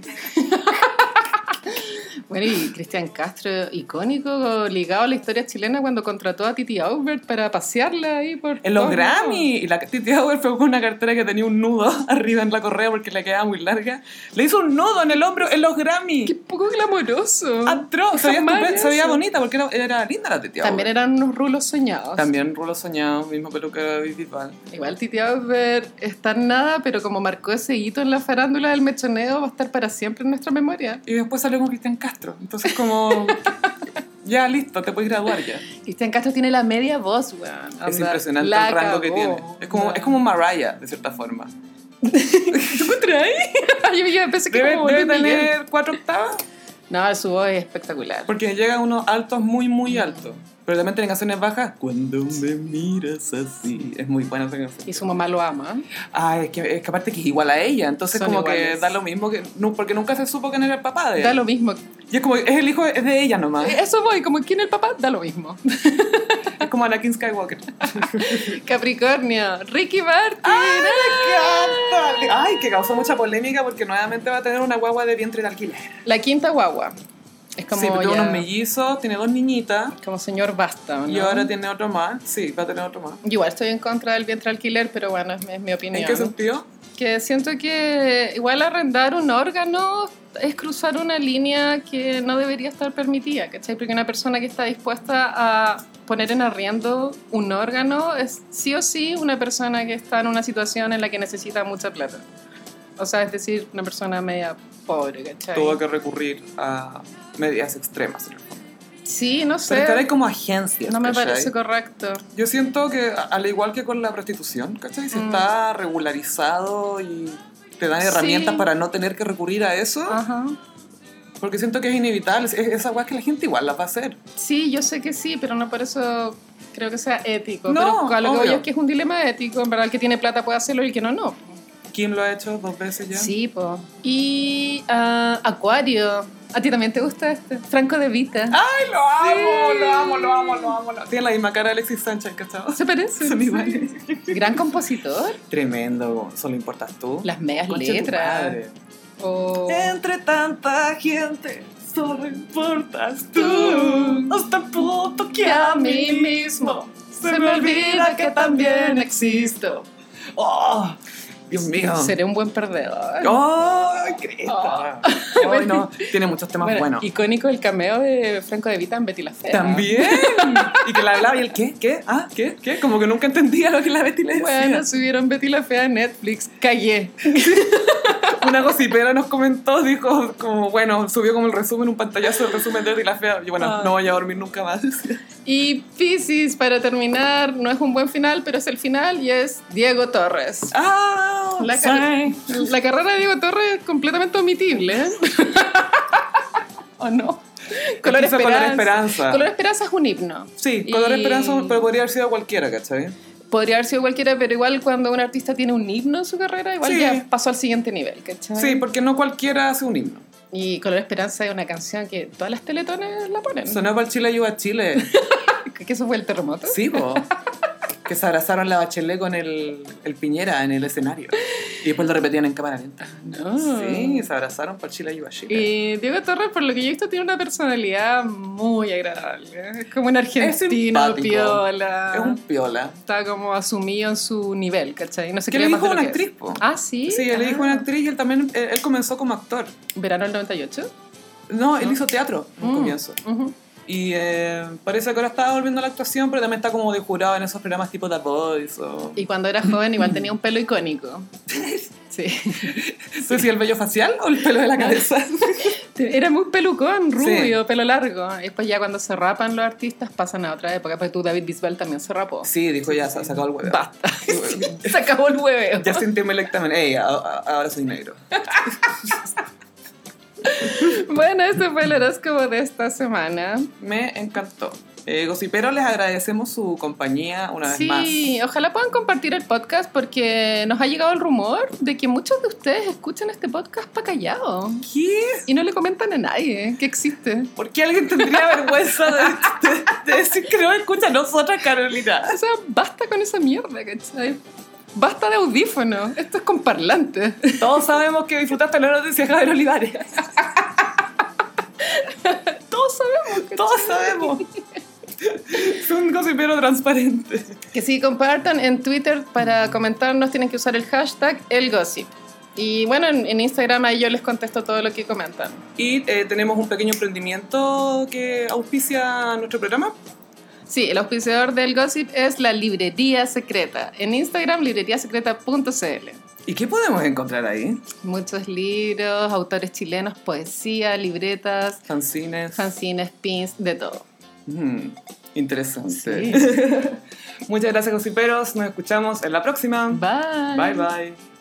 Speaker 2: Bueno, y Cristian Castro, icónico, ligado a la historia chilena cuando contrató a Titi Aubert para pasearla ahí por...
Speaker 1: En los
Speaker 2: todos lados.
Speaker 1: Grammy. Y la Titi Auer fue con una cartera que tenía un nudo arriba en la correa porque le quedaba muy larga. Le hizo un nudo en el hombro en los Grammy.
Speaker 2: Qué poco glamoroso.
Speaker 1: Atroz. Ah, Se veía,
Speaker 2: Jamás
Speaker 1: estupen- se veía
Speaker 2: eso.
Speaker 1: bonita porque era, era linda la Titi Auer.
Speaker 2: También eran unos rulos soñados.
Speaker 1: También Rulo Soñado, mismo peluca de Vivi Pal.
Speaker 2: Igual Titi Aubert está en nada, pero como marcó ese hito en la farándula del mechoneo, va a estar para siempre en nuestra memoria.
Speaker 1: Y después salió con Cristian Castro. Entonces, como. ya listo, te puedes graduar ya.
Speaker 2: Cristian Castro tiene la media voz, weón.
Speaker 1: es
Speaker 2: Onda,
Speaker 1: impresionante
Speaker 2: la
Speaker 1: el rango que
Speaker 2: cagó.
Speaker 1: tiene. Es como, es como Mariah, de cierta forma.
Speaker 2: ¿Tú traes? yo, yo pensé que
Speaker 1: Debe,
Speaker 2: como
Speaker 1: debe
Speaker 2: Luis Miguel.
Speaker 1: tener cuatro octavas.
Speaker 2: No, su voz es espectacular.
Speaker 1: Porque llegan unos altos muy, muy altos. Pero también tienen canciones bajas. Cuando me miras así. Es muy buena esa canción.
Speaker 2: Y su mamá lo ama.
Speaker 1: Ah, es que, es que aparte que es igual a ella. Entonces,
Speaker 2: Son
Speaker 1: como que
Speaker 2: iguales.
Speaker 1: da lo mismo. que no, Porque nunca se supo quién era el papá de
Speaker 2: Da
Speaker 1: él.
Speaker 2: lo mismo.
Speaker 1: Y es como, es el hijo, es de ella nomás.
Speaker 2: Eso voy, como quién el papá, da lo mismo.
Speaker 1: Es como Anakin Skywalker.
Speaker 2: ¡Ah! Capricornio, Ricky Martin.
Speaker 1: ¡Cántale! Ay, que causó mucha polémica porque nuevamente va a tener una guagua de vientre de alquiler.
Speaker 2: La quinta guagua. Es como,
Speaker 1: sí, pero tiene
Speaker 2: ya-
Speaker 1: unos mellizos, tiene dos niñitas
Speaker 2: como señor basta. ¿o
Speaker 1: y
Speaker 2: no?
Speaker 1: ahora tiene otro más. Sí, va a tener otro más.
Speaker 2: Igual estoy en contra del vientre alquiler, pero bueno, es mi, es mi opinión.
Speaker 1: ¿En qué sentido?
Speaker 2: Que siento que igual arrendar un órgano es cruzar una línea que no debería estar permitida, ¿cachai? Porque una persona que está dispuesta a poner en arriendo un órgano es sí o sí una persona que está en una situación en la que necesita mucha plata. O sea, es decir, una persona media pobre, ¿cachai?
Speaker 1: Tuvo que recurrir a medidas extremas. en el fondo.
Speaker 2: Sí, no
Speaker 1: Pero
Speaker 2: sé.
Speaker 1: es que ahora hay como agencias.
Speaker 2: No me
Speaker 1: ¿cachai?
Speaker 2: parece correcto.
Speaker 1: Yo siento que, a- al igual que con la prostitución, ¿cachai? Si
Speaker 2: Mm.
Speaker 1: está regularizado y te dan
Speaker 2: Sí. Ah.
Speaker 1: herramientas para no tener que recurrir a eso,
Speaker 2: Ajá.
Speaker 1: porque siento que es inevitable. Es esa guay que la gente igual las va a hacer.
Speaker 2: Sí, yo sé que sí, pero no por eso creo que sea ético.
Speaker 1: No,
Speaker 2: pero a lo que voy
Speaker 1: obvio.
Speaker 2: es que es un dilema ético, en verdad, el que tiene plata puede hacerlo y el que no, no.
Speaker 1: Kim lo ha hecho dos veces ya.
Speaker 2: Sí, po. Y ah, Acuario. ¿A ti también te gusta este? Franco de Vita.
Speaker 1: ¡Ay, lo amo!
Speaker 2: Sí.
Speaker 1: Lo amo, lo amo, lo amo. lo amo. Tiene la misma cara de Alexis Sánchez, ¿cachado?
Speaker 2: Se parece.
Speaker 1: Son
Speaker 2: sí.
Speaker 1: iguales.
Speaker 2: Gran compositor.
Speaker 1: Tremendo, solo importas tú.
Speaker 2: Las medias
Speaker 1: Concha tu
Speaker 2: letras.
Speaker 1: madre.
Speaker 2: O-
Speaker 1: Entre tanta gente, solo importas tú. Hasta el punto que a mí mismo se me olvida que también existo. ¡Oh! Dios mío.
Speaker 2: Seré un buen perdedor.
Speaker 1: ¡Oh! Cresta. Ay, no, tiene muchos temas
Speaker 2: Oh. Bueno,
Speaker 1: buenos.
Speaker 2: Icónico el cameo de Franco de Vita en Betty la Fea.
Speaker 1: También. Y que la hablaba y el qué, qué, ah, qué, qué. Como que nunca entendía lo que la Betty le decía.
Speaker 2: Bueno, subieron Betty la Fea a Netflix. Callé.
Speaker 1: Una gocipera nos comentó, dijo, como bueno, subió como el resumen, un pantallazo del resumen de Betty la Fea. Y bueno,
Speaker 2: Ay.
Speaker 1: no voy a dormir nunca más.
Speaker 2: Y Pisces, para terminar, no es un buen final, pero es el final y es Diego Torres.
Speaker 1: ¡Ah!
Speaker 2: La,
Speaker 1: sí.
Speaker 2: car- la carrera de Diego Torres es completamente omitible. ¿eh? ¿O no? Color
Speaker 1: Hizo
Speaker 2: Esperanza.
Speaker 1: Color Esperanza.
Speaker 2: Color Esperanza es un himno.
Speaker 1: Sí, Color
Speaker 2: Y-
Speaker 1: Esperanza, pero podría haber sido cualquiera, ¿cachai?
Speaker 2: Podría haber sido cualquiera, pero igual cuando un artista tiene un himno en su carrera, igual
Speaker 1: Sí.
Speaker 2: ya pasó al siguiente nivel, ¿cachai?
Speaker 1: Sí, porque no cualquiera hace un himno.
Speaker 2: Y Color Esperanza es una canción que todas las teletones la ponen.
Speaker 1: Sonó para el Chile ayuda a Chile.
Speaker 2: Que eso fue el terremoto.
Speaker 1: Sí, po. Que se abrazaron la bachelet con el, el Piñera en el escenario. Y después lo repetían en cámara lenta.
Speaker 2: No.
Speaker 1: Sí, se abrazaron para el Chile ayuda a Chile.
Speaker 2: Y Diego Torres, por lo que yo he visto, tiene una personalidad muy agradable. Es como un argentino
Speaker 1: simpático.
Speaker 2: piola.
Speaker 1: Es un piola.
Speaker 2: Está como asumido en su nivel, ¿cachai? No sé
Speaker 1: Que le dijo una
Speaker 2: actriz?
Speaker 1: actriz, po.
Speaker 2: Ah, sí.
Speaker 1: Sí, él le dijo
Speaker 2: Ah.
Speaker 1: una actriz y él también eh, él, él comenzó como actor.
Speaker 2: Verano del 98.
Speaker 1: No, él hizo teatro en un
Speaker 2: Mm.
Speaker 1: comienzo.
Speaker 2: Ujú.
Speaker 1: Y eh, parece que ahora está volviendo a la actuación, pero también está como de jurado en esos programas tipo The Voice o...
Speaker 2: Y cuando era joven, igual tenía un pelo icónico. Sí.
Speaker 1: No sé si el vello facial o el pelo
Speaker 2: Ah.
Speaker 1: de la cabeza.
Speaker 2: Era muy pelucón, rubio,
Speaker 1: Sí.
Speaker 2: pelo largo. Después, ya cuando se rapan los artistas, pasan a otra época. Porque tú, David Bisbal, también se rapó.
Speaker 1: Sí, dijo ya, se ha sacado el huevo.
Speaker 2: Basta. se acabó el hueveo.
Speaker 1: Ya sentí electamente. Ey, a- a- ahora soy negro.
Speaker 2: Bueno, este fue el horóscopo de esta semana.
Speaker 1: Me encantó. Eh, Gocipero, les agradecemos su compañía una vez más.
Speaker 2: Sí, ojalá puedan compartir el podcast porque nos ha llegado el rumor de que muchos de ustedes escuchan este podcast para callado
Speaker 1: ¿Qué?
Speaker 2: y no le comentan a nadie que existe.
Speaker 1: ¿Por qué alguien tendría vergüenza de, de- de decir que no me escucha a nosotras, Carolina?
Speaker 2: O sea, basta con esa mierda, ¿cachai? Basta de audífonos, esto es con parlante.
Speaker 1: Todos sabemos que disfrutaste la noticia de Javier Olivares.
Speaker 2: Todos sabemos. ¿cachai?
Speaker 1: Todos sabemos. Es un gocipero transparente.
Speaker 2: Que si compartan en Twitter para comentarnos tienen que usar el hashtag elgossip. Y bueno, en, en Instagram ahí yo les contesto todo lo que comentan.
Speaker 1: Y eh, tenemos un pequeño emprendimiento que auspicia nuestro programa.
Speaker 2: Sí, el auspiciador del gossip es la Librería Secreta. En Instagram, libreriasecreta.cl.
Speaker 1: ¿Y qué podemos encontrar ahí?
Speaker 2: Muchos libros, autores chilenos, poesía, libretas,
Speaker 1: Fanzines.
Speaker 2: fanzines, pins, de todo.
Speaker 1: Mm, interesante.
Speaker 2: Sí.
Speaker 1: Muchas gracias, gossiperos. Nos escuchamos en la próxima.
Speaker 2: Bye.
Speaker 1: bye. bye.